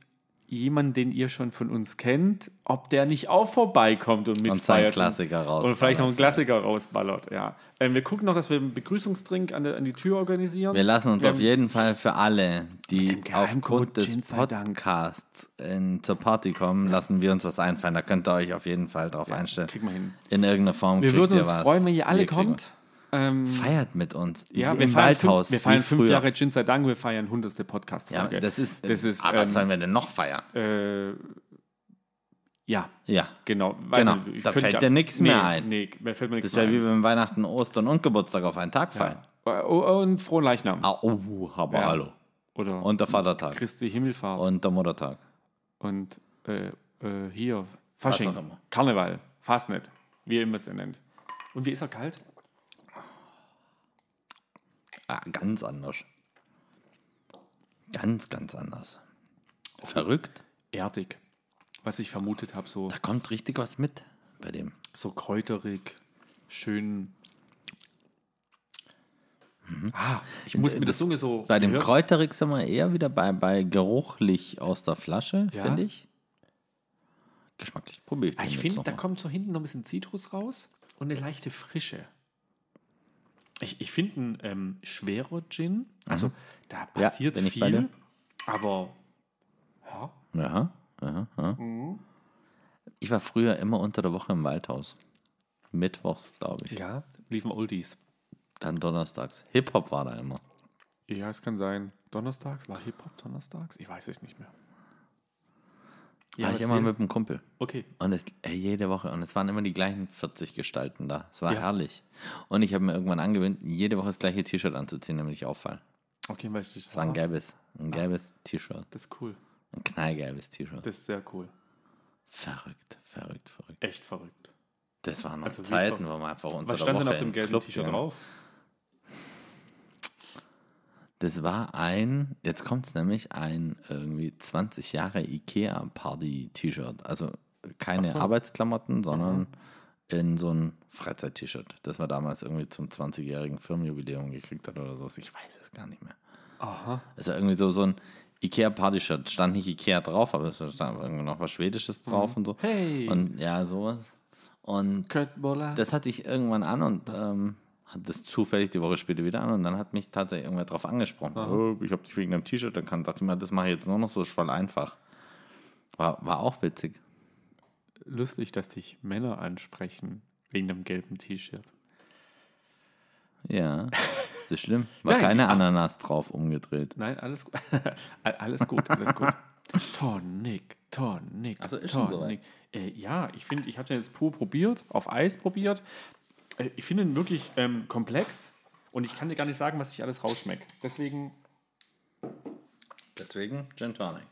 [SPEAKER 2] jemandem, den ihr schon von uns kennt, ob der nicht auch vorbeikommt und mitfeiert.
[SPEAKER 3] Und seinen Klassiker
[SPEAKER 2] Und
[SPEAKER 3] raus.
[SPEAKER 2] vielleicht noch einen Klassiker rausballert, ja. Ähm, wir gucken noch, dass wir einen Begrüßungstrink an, der, an die Tür organisieren.
[SPEAKER 3] Wir lassen uns
[SPEAKER 2] Ähm,
[SPEAKER 3] auf jeden Fall für alle, die
[SPEAKER 2] dem Geheimcode
[SPEAKER 3] aufgrund
[SPEAKER 2] Jin
[SPEAKER 3] des
[SPEAKER 2] sei Dank.
[SPEAKER 3] Podcasts in, zur Party kommen, lassen wir uns was einfallen. Da könnt ihr euch auf jeden Fall drauf einstellen.
[SPEAKER 2] kriegen wir hin.
[SPEAKER 3] In irgendeiner Form.
[SPEAKER 2] Wir
[SPEAKER 3] kriegt
[SPEAKER 2] würden
[SPEAKER 3] ihr
[SPEAKER 2] uns
[SPEAKER 3] was.
[SPEAKER 2] freuen, wenn ihr alle
[SPEAKER 3] Wir kriegen
[SPEAKER 2] kommt.
[SPEAKER 3] was. Feiert mit uns.
[SPEAKER 2] Ja,
[SPEAKER 3] Wie
[SPEAKER 2] wir
[SPEAKER 3] Im
[SPEAKER 2] feiern,
[SPEAKER 3] Waldhaus.
[SPEAKER 2] fünf, wir feiern
[SPEAKER 3] wie
[SPEAKER 2] fünf
[SPEAKER 3] früher.
[SPEAKER 2] Jahre Jin sei Dank, wir feiern 100. podcast
[SPEAKER 3] Ja,
[SPEAKER 2] Folge.
[SPEAKER 3] das ist.
[SPEAKER 2] das ist
[SPEAKER 3] aber was
[SPEAKER 2] ähm,
[SPEAKER 3] sollen wir denn noch feiern?
[SPEAKER 2] äh, ja,
[SPEAKER 3] Ja.
[SPEAKER 2] genau. Weiß
[SPEAKER 3] Genau,
[SPEAKER 2] ich
[SPEAKER 3] da
[SPEAKER 2] könnte
[SPEAKER 3] fällt
[SPEAKER 2] gar-
[SPEAKER 3] dir nichts
[SPEAKER 2] nee,
[SPEAKER 3] mehr ein.
[SPEAKER 2] Nee, mir fällt mir nichts
[SPEAKER 3] Das ist ja
[SPEAKER 2] mehr
[SPEAKER 3] wie
[SPEAKER 2] ein.
[SPEAKER 3] wenn Weihnachten, Ostern und Geburtstag auf einen Tag fallen.
[SPEAKER 2] Oh, oh, und frohen Leichnam.
[SPEAKER 3] Ah, oh, aber
[SPEAKER 2] Ja. Hm.
[SPEAKER 3] hallo.
[SPEAKER 2] Oder
[SPEAKER 3] Und der Vatertag.
[SPEAKER 2] Christi Himmelfahrt.
[SPEAKER 3] Und der Muttertag.
[SPEAKER 2] Und äh, äh, hier, Fasching,
[SPEAKER 3] Was auch immer.
[SPEAKER 2] Karneval, Fastnet, wie ihr immer es nennt. Und wie ist er kalt?
[SPEAKER 3] Ah, ganz anders. Ganz, ganz anders. Verrückt.
[SPEAKER 2] Erdig. Was ich vermutet habe, so,
[SPEAKER 3] Da kommt richtig was mit bei dem.
[SPEAKER 2] so kräuterig, schön. Ah, ich muss mit der
[SPEAKER 3] Mhm. äh, das-
[SPEAKER 2] Zunge so.
[SPEAKER 3] Bei dem
[SPEAKER 2] Hörst-
[SPEAKER 3] Kräuterig sind wir eher wieder bei, bei geruchlich aus der Flasche,
[SPEAKER 2] Ja.
[SPEAKER 3] finde ich. Geschmacklich. Probier
[SPEAKER 2] Ah,
[SPEAKER 3] den
[SPEAKER 2] ich
[SPEAKER 3] jetzt
[SPEAKER 2] finde,
[SPEAKER 3] noch
[SPEAKER 2] da
[SPEAKER 3] mal.
[SPEAKER 2] kommt so hinten noch ein bisschen Zitrus raus und eine leichte Frische. Ich, ich finde ein ähm, schwerer Gin, also da passiert
[SPEAKER 3] Mhm. bin ich bei
[SPEAKER 2] viel,
[SPEAKER 3] dir.
[SPEAKER 2] aber ja,
[SPEAKER 3] Ja, ja, ja. Ich war früher immer unter der Woche im Waldhaus. Mittwochs, glaube ich.
[SPEAKER 2] ja, liefen Oldies.
[SPEAKER 3] Dann donnerstags. Hip-Hop war da immer.
[SPEAKER 2] Ja, es kann sein. Donnerstags? War Hip-Hop donnerstags? Ich weiß es nicht mehr.
[SPEAKER 3] war ich immer mit einem Kumpel.
[SPEAKER 2] Okay.
[SPEAKER 3] Und es, ey, jede Woche. Und es waren immer die gleichen 40 Gestalten da. Es war
[SPEAKER 2] Ja.
[SPEAKER 3] herrlich. Und ich habe mir irgendwann angewöhnt, jede Woche das gleiche T-Shirt anzuziehen, damit ich auffall.
[SPEAKER 2] Okay, weißt du, das
[SPEAKER 3] Es war ein gelbes. Ein gelbes T-Shirt.
[SPEAKER 2] Ah, Das ist cool.
[SPEAKER 3] Ein knallgelbes T-Shirt.
[SPEAKER 2] Das ist sehr cool.
[SPEAKER 3] Verrückt, verrückt, verrückt.
[SPEAKER 2] Echt verrückt.
[SPEAKER 3] Das waren noch
[SPEAKER 2] Also wie
[SPEAKER 3] Zeiten,
[SPEAKER 2] ver-
[SPEAKER 3] wo man einfach unter
[SPEAKER 2] Was
[SPEAKER 3] der
[SPEAKER 2] stand
[SPEAKER 3] Woche
[SPEAKER 2] denn auf dem
[SPEAKER 3] im
[SPEAKER 2] gelben
[SPEAKER 3] Club
[SPEAKER 2] T-Shirt
[SPEAKER 3] ging.
[SPEAKER 2] drauf?
[SPEAKER 3] Das war ein, jetzt kommt es nämlich, ein irgendwie 20 Jahre IKEA-Party-T-Shirt. Also keine
[SPEAKER 2] Ach so.
[SPEAKER 3] Arbeitsklamotten, sondern in so ein Freizeit-T-Shirt, das man damals irgendwie zum 20-jährigen Firmenjubiläum gekriegt hat oder so. Ich weiß es gar nicht mehr.
[SPEAKER 2] Aha.
[SPEAKER 3] Also irgendwie so, so ein IKEA-Party-Shirt. Stand nicht IKEA drauf, aber es stand irgendwie noch was Schwedisches drauf und so.
[SPEAKER 2] Mhm. Hey.
[SPEAKER 3] Und ja, sowas. Und
[SPEAKER 2] Köttboller.
[SPEAKER 3] das hatte ich irgendwann an und ähm, hatte das zufällig die Woche später wieder an und dann hat mich tatsächlich irgendwer drauf angesprochen. Oh, ich habe dich wegen deinem T-Shirt erkannt. Dachte mir, das mache ich jetzt nur noch so, ist voll einfach. War, war auch witzig.
[SPEAKER 2] Lustig, dass dich Männer ansprechen wegen dem gelben T-Shirt.
[SPEAKER 3] Ja, ist das schlimm. War
[SPEAKER 2] Nein,
[SPEAKER 3] keine Ananas drauf umgedreht.
[SPEAKER 2] Nein, alles gut. alles gut, alles gut. Tonic, Tonic,
[SPEAKER 3] Ach so, ist schon
[SPEAKER 2] Tonic. Äh, ja, ich finde, ich habe den jetzt pur probiert, auf Eis probiert. Äh, ich finde ihn wirklich ähm, komplex und ich kann dir gar nicht sagen, was ich alles rausschmecke. Deswegen,
[SPEAKER 3] Deswegen Gin Tonic.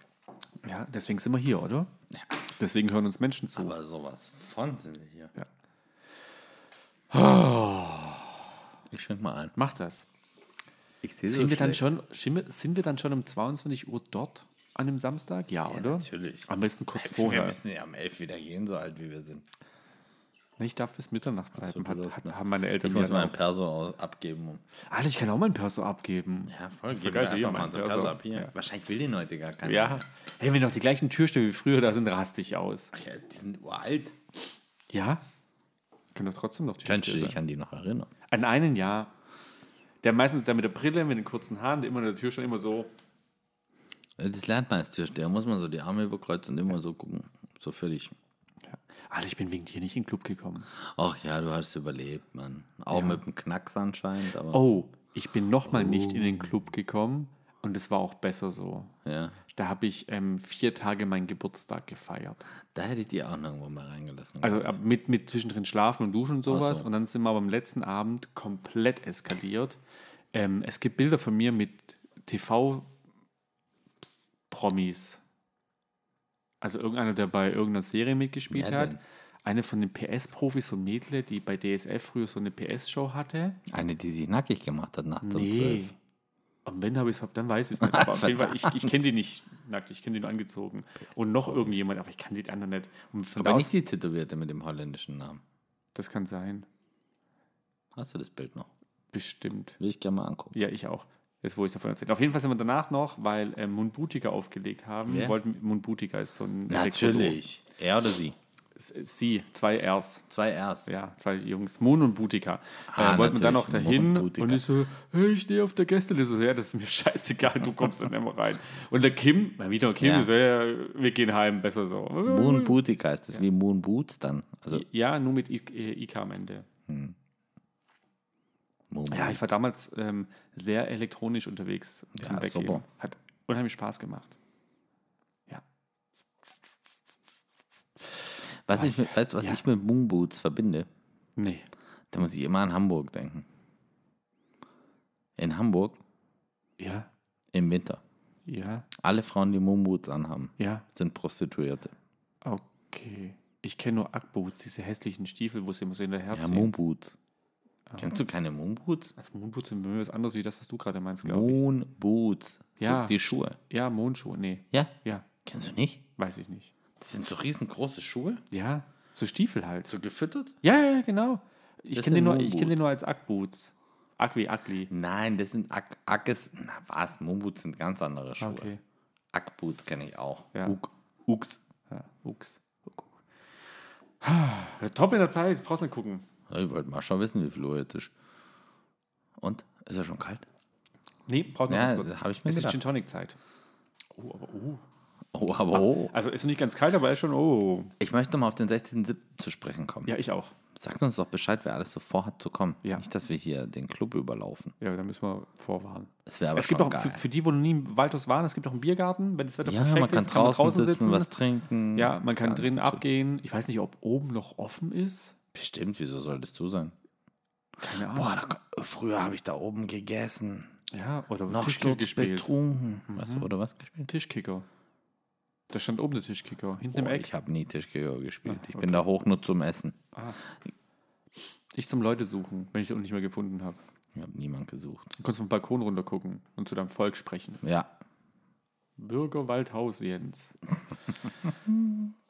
[SPEAKER 2] ja, deswegen sind wir hier, oder?
[SPEAKER 3] Ja.
[SPEAKER 2] Deswegen hören uns Menschen zu.
[SPEAKER 3] Aber sowas von sind wir hier.
[SPEAKER 2] Ja.
[SPEAKER 3] Oh. Ich schenk mal ein.
[SPEAKER 2] Macht das.
[SPEAKER 3] Ich sehe
[SPEAKER 2] Sind wir, dann schon, schimmer- sind wir dann schon um 22 Uhr dort an einem Samstag? Ja, oder?
[SPEAKER 3] natürlich.
[SPEAKER 2] Am besten kurz
[SPEAKER 3] Wir
[SPEAKER 2] vorher.
[SPEAKER 3] müssen ja am 11 wieder gehen, so alt wie wir sind.
[SPEAKER 2] Ich darf bis Mitternacht bleiben,
[SPEAKER 3] du
[SPEAKER 2] hat,
[SPEAKER 3] darfst
[SPEAKER 2] hat,
[SPEAKER 3] noch.
[SPEAKER 2] haben meine Eltern
[SPEAKER 3] Ich
[SPEAKER 2] mir
[SPEAKER 3] muss mein
[SPEAKER 2] erlaubt.
[SPEAKER 3] Perso abgeben. um-
[SPEAKER 2] Alter, ich kann auch mein Perso abgeben.
[SPEAKER 3] Ja, voll.
[SPEAKER 2] Voll
[SPEAKER 3] Gib
[SPEAKER 2] geil,
[SPEAKER 3] mir
[SPEAKER 2] hier
[SPEAKER 3] einfach mal
[SPEAKER 2] mein
[SPEAKER 3] so
[SPEAKER 2] Perso.
[SPEAKER 3] Perso ab hier.
[SPEAKER 2] Ja.
[SPEAKER 3] Wahrscheinlich will den heute gar keiner.
[SPEAKER 2] Ja. Hey, wenn noch die gleichen Türsteher wie früher da sind, raste ich aus.
[SPEAKER 3] Ach ja, die sind uralt.
[SPEAKER 2] Ja? Können doch trotzdem noch
[SPEAKER 3] Könntest du
[SPEAKER 2] Türsteher
[SPEAKER 3] dich
[SPEAKER 2] sein.
[SPEAKER 3] an die noch erinnern?
[SPEAKER 2] An einen ja. Der meistens der mit der Brille, mit den kurzen Haaren, der immer in der Tür schon immer so.
[SPEAKER 3] Das lernt man als Türsteher. Muss man so die Arme überkreuzen und immer so gucken. So für dich.
[SPEAKER 2] Alter, ich bin wegen dir nicht in den Club gekommen.
[SPEAKER 3] Ach ja, du hast überlebt, Mann. Auch mit dem Knacks anscheinend. Aber
[SPEAKER 2] Oh, ich bin nochmal nicht in den Club gekommen und es war auch besser so.
[SPEAKER 3] ja,
[SPEAKER 2] Da habe ich ähm, vier Tage meinen Geburtstag gefeiert.
[SPEAKER 3] da hätte ich die auch noch irgendwo mal reingelassen.
[SPEAKER 2] Also ab- mit, mit zwischendrin schlafen und duschen und sowas.
[SPEAKER 3] so.
[SPEAKER 2] Und dann sind wir beim letzten Abend komplett eskaliert. Ähm, es gibt Bilder von mir mit TV-Promis. Also irgendeiner, der bei irgendeiner Serie mitgespielt
[SPEAKER 3] Wer
[SPEAKER 2] hat.
[SPEAKER 3] denn?
[SPEAKER 2] Eine von den PS-Profis, so Mädle, die bei DSF früher so eine PS-Show hatte.
[SPEAKER 3] um Eine, die sich nackig gemacht hat nachts um 12.
[SPEAKER 2] Und wenn habe ich es hab, dann weiß ich es nicht. Aber auf jeden Fall, ich, ich kenne die nicht nackt, ich kenne den angezogen. Und noch irgendjemand, aber ich kann den anderen nicht. Und von
[SPEAKER 3] Aber
[SPEAKER 2] da
[SPEAKER 3] nicht
[SPEAKER 2] aus,
[SPEAKER 3] die Tätowierte mit dem holländischen Namen.
[SPEAKER 2] das kann sein.
[SPEAKER 3] Hast du das Bild noch?
[SPEAKER 2] Bestimmt.
[SPEAKER 3] Will ich gerne mal angucken.
[SPEAKER 2] Ja, ich auch. Jetzt, wo ich davon erzähle. Auf jeden Fall sind wir danach noch, weil ähm, Mundbutika aufgelegt haben.
[SPEAKER 3] Wer?
[SPEAKER 2] Wollten, Mundbutika ist so ein
[SPEAKER 3] Natürlich. Er oder sie?
[SPEAKER 2] Elektrodom. S- Sie, zwei Rs.
[SPEAKER 3] Zwei R's.
[SPEAKER 2] Ja, zwei Jungs, Moon und Butika.
[SPEAKER 3] Ah,
[SPEAKER 2] äh, wollten wir dann noch
[SPEAKER 3] natürlich,
[SPEAKER 2] dahin
[SPEAKER 3] Moon und
[SPEAKER 2] und,
[SPEAKER 3] Butika.
[SPEAKER 2] ich so, hey, ich stehe auf der Gästeliste. So, ja, das ist mir scheißegal, du kommst dann immer rein. Und der Kim, mal wieder Kim,
[SPEAKER 3] Ja.
[SPEAKER 2] so, ja, wir gehen heim, besser so.
[SPEAKER 3] Moon Boutica ist das wie Moon Boots dann. Also
[SPEAKER 2] Ja, nur mit I äh, IK am Ende.
[SPEAKER 3] Moon
[SPEAKER 2] Ja, ich war damals ähm, sehr elektronisch unterwegs zum
[SPEAKER 3] Ja,
[SPEAKER 2] Weggehen.
[SPEAKER 3] super.
[SPEAKER 2] Hat unheimlich Spaß gemacht. Ja.
[SPEAKER 3] Was ich, mit- weißt du, was
[SPEAKER 2] Ja.
[SPEAKER 3] ich mit Moon Boots verbinde?
[SPEAKER 2] Nee.
[SPEAKER 3] Da muss ich immer an Hamburg denken. In Hamburg
[SPEAKER 2] Ja,
[SPEAKER 3] im Winter.
[SPEAKER 2] ja,
[SPEAKER 3] Alle Frauen, die Moon Boots anhaben,
[SPEAKER 2] ja.
[SPEAKER 3] sind Prostituierte.
[SPEAKER 2] Okay. Ich kenne nur Ackboots, diese hässlichen Stiefel, wo sie immer so hinterher
[SPEAKER 3] Ja,
[SPEAKER 2] ziehen.
[SPEAKER 3] Moon Boots. Kennst du keine Moon Boots?
[SPEAKER 2] Also Moonboots sind was anderes wie das, was du gerade meinst, glaube ich.
[SPEAKER 3] Moon Boots. So
[SPEAKER 2] Ja.
[SPEAKER 3] Die Schuhe.
[SPEAKER 2] Ja, Mondschuhe, nee.
[SPEAKER 3] Ja.
[SPEAKER 2] Ja,
[SPEAKER 3] Kennst du nicht?
[SPEAKER 2] weiß ich nicht.
[SPEAKER 3] Das sind so riesengroße Schuhe.
[SPEAKER 2] Ja, so Stiefel halt.
[SPEAKER 3] So gefüttert?
[SPEAKER 2] Ja, ja, ja, genau. Ich
[SPEAKER 3] Das
[SPEAKER 2] kenne den,
[SPEAKER 3] sind
[SPEAKER 2] nur- ich kenn den
[SPEAKER 3] Moonboots.
[SPEAKER 2] nur als Ackboots. Ackwi, Ackli.
[SPEAKER 3] Nein, das sind Ack- Ackes. Na was? Moon Boots sind ganz andere Schuhe.
[SPEAKER 2] Ah, Okay.
[SPEAKER 3] Ackboots kenne ich auch.
[SPEAKER 2] Ja.
[SPEAKER 3] Uk- Uks.
[SPEAKER 2] Ja, Uchs. Top in der Zeit, brauchst nicht gucken.
[SPEAKER 3] Ja, Ich wollte mal schon wissen, wie viel Uhr jetzt ist. Und? Ist er schon kalt?
[SPEAKER 2] Nee, braucht noch
[SPEAKER 3] Ja,
[SPEAKER 2] ganz kurz.
[SPEAKER 3] das hab ich mir
[SPEAKER 2] es ist
[SPEAKER 3] gedacht.
[SPEAKER 2] Gin Tonic Zeit. Oh, aber oh.
[SPEAKER 3] Oh, aber oh.
[SPEAKER 2] Also ist noch nicht ganz kalt, aber ist schon oh.
[SPEAKER 3] Ich möchte nochmal auf den 16.07. zu sprechen kommen.
[SPEAKER 2] Ja, ich auch.
[SPEAKER 3] Sagt uns doch Bescheid, wer alles so vorhat zu kommen.
[SPEAKER 2] Ja.
[SPEAKER 3] Nicht, dass wir hier den Club überlaufen.
[SPEAKER 2] Ja, da müssen wir vorwarnen.
[SPEAKER 3] Es wäre aber
[SPEAKER 2] es gibt
[SPEAKER 3] schon
[SPEAKER 2] auch,
[SPEAKER 3] geil.
[SPEAKER 2] für, für die, wo noch nie im Waldhaus waren, es gibt auch einen Biergarten. Wenn das Wetter
[SPEAKER 3] ja,
[SPEAKER 2] perfekt
[SPEAKER 3] man kann,
[SPEAKER 2] ist,
[SPEAKER 3] draußen sitzen, was trinken.
[SPEAKER 2] Ja, man kann
[SPEAKER 3] Ganz
[SPEAKER 2] drinnen
[SPEAKER 3] gut.
[SPEAKER 2] abgehen. Ich weiß nicht, ob oben noch offen ist.
[SPEAKER 3] Bestimmt, wieso soll das zu sein?
[SPEAKER 2] Keine Ahnung.
[SPEAKER 3] Boah, da, früher habe ich da oben gegessen.
[SPEAKER 2] Ja, oder
[SPEAKER 3] Noch
[SPEAKER 2] Tischkicker
[SPEAKER 3] Sturz betrunken.
[SPEAKER 2] Mhm.
[SPEAKER 3] Weißt du, oder was gespielt?
[SPEAKER 2] Tischkicker. Da stand oben der Tischkicker, hinten im
[SPEAKER 3] Boah,
[SPEAKER 2] Eck.
[SPEAKER 3] ich habe nie Tischkicker gespielt.
[SPEAKER 2] Ah,
[SPEAKER 3] Ich bin da hoch nur zum Essen.
[SPEAKER 2] Ich zum Leute suchen, wenn ich sie auch nicht mehr gefunden habe.
[SPEAKER 3] Ich habe niemand gesucht.
[SPEAKER 2] Du konntest vom Balkon runter gucken und zu deinem Volk sprechen.
[SPEAKER 3] Ja,
[SPEAKER 2] Bürger Waldhaus Jens.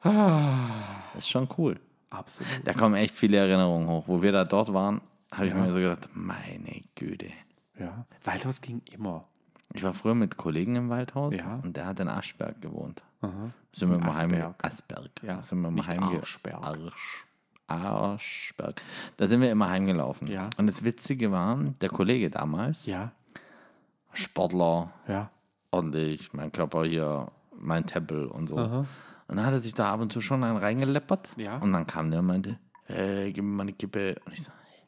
[SPEAKER 3] Das ist schon cool.
[SPEAKER 2] Absolut.
[SPEAKER 3] Da kommen echt viele Erinnerungen hoch. Wo wir da dort waren, habe ich mir so gedacht, meine Güte.
[SPEAKER 2] Ja. Waldhaus ging immer.
[SPEAKER 3] Ich war früher mit Kollegen im Waldhaus
[SPEAKER 2] Ja.
[SPEAKER 3] und der hat in Aschberg gewohnt. Sind wir mal heim
[SPEAKER 2] Asberg.
[SPEAKER 3] Asberg.
[SPEAKER 2] Ja,
[SPEAKER 3] Sind wir mal
[SPEAKER 2] nicht
[SPEAKER 3] heimge
[SPEAKER 2] Arschberg.
[SPEAKER 3] Arsch Arschberg. Da sind wir immer heimgelaufen.
[SPEAKER 2] Ja.
[SPEAKER 3] Und das Witzige war, der Kollege damals,
[SPEAKER 2] Ja.
[SPEAKER 3] Sportler,
[SPEAKER 2] Ja.
[SPEAKER 3] ordentlich, mein Körper hier, mein Tempel und so. Und dann hat er sich da ab und zu schon einen reingeleppert.
[SPEAKER 2] Ja.
[SPEAKER 3] Und dann kam der und meinte, hey, gib mir mal eine Kippe. Und ich so, hey,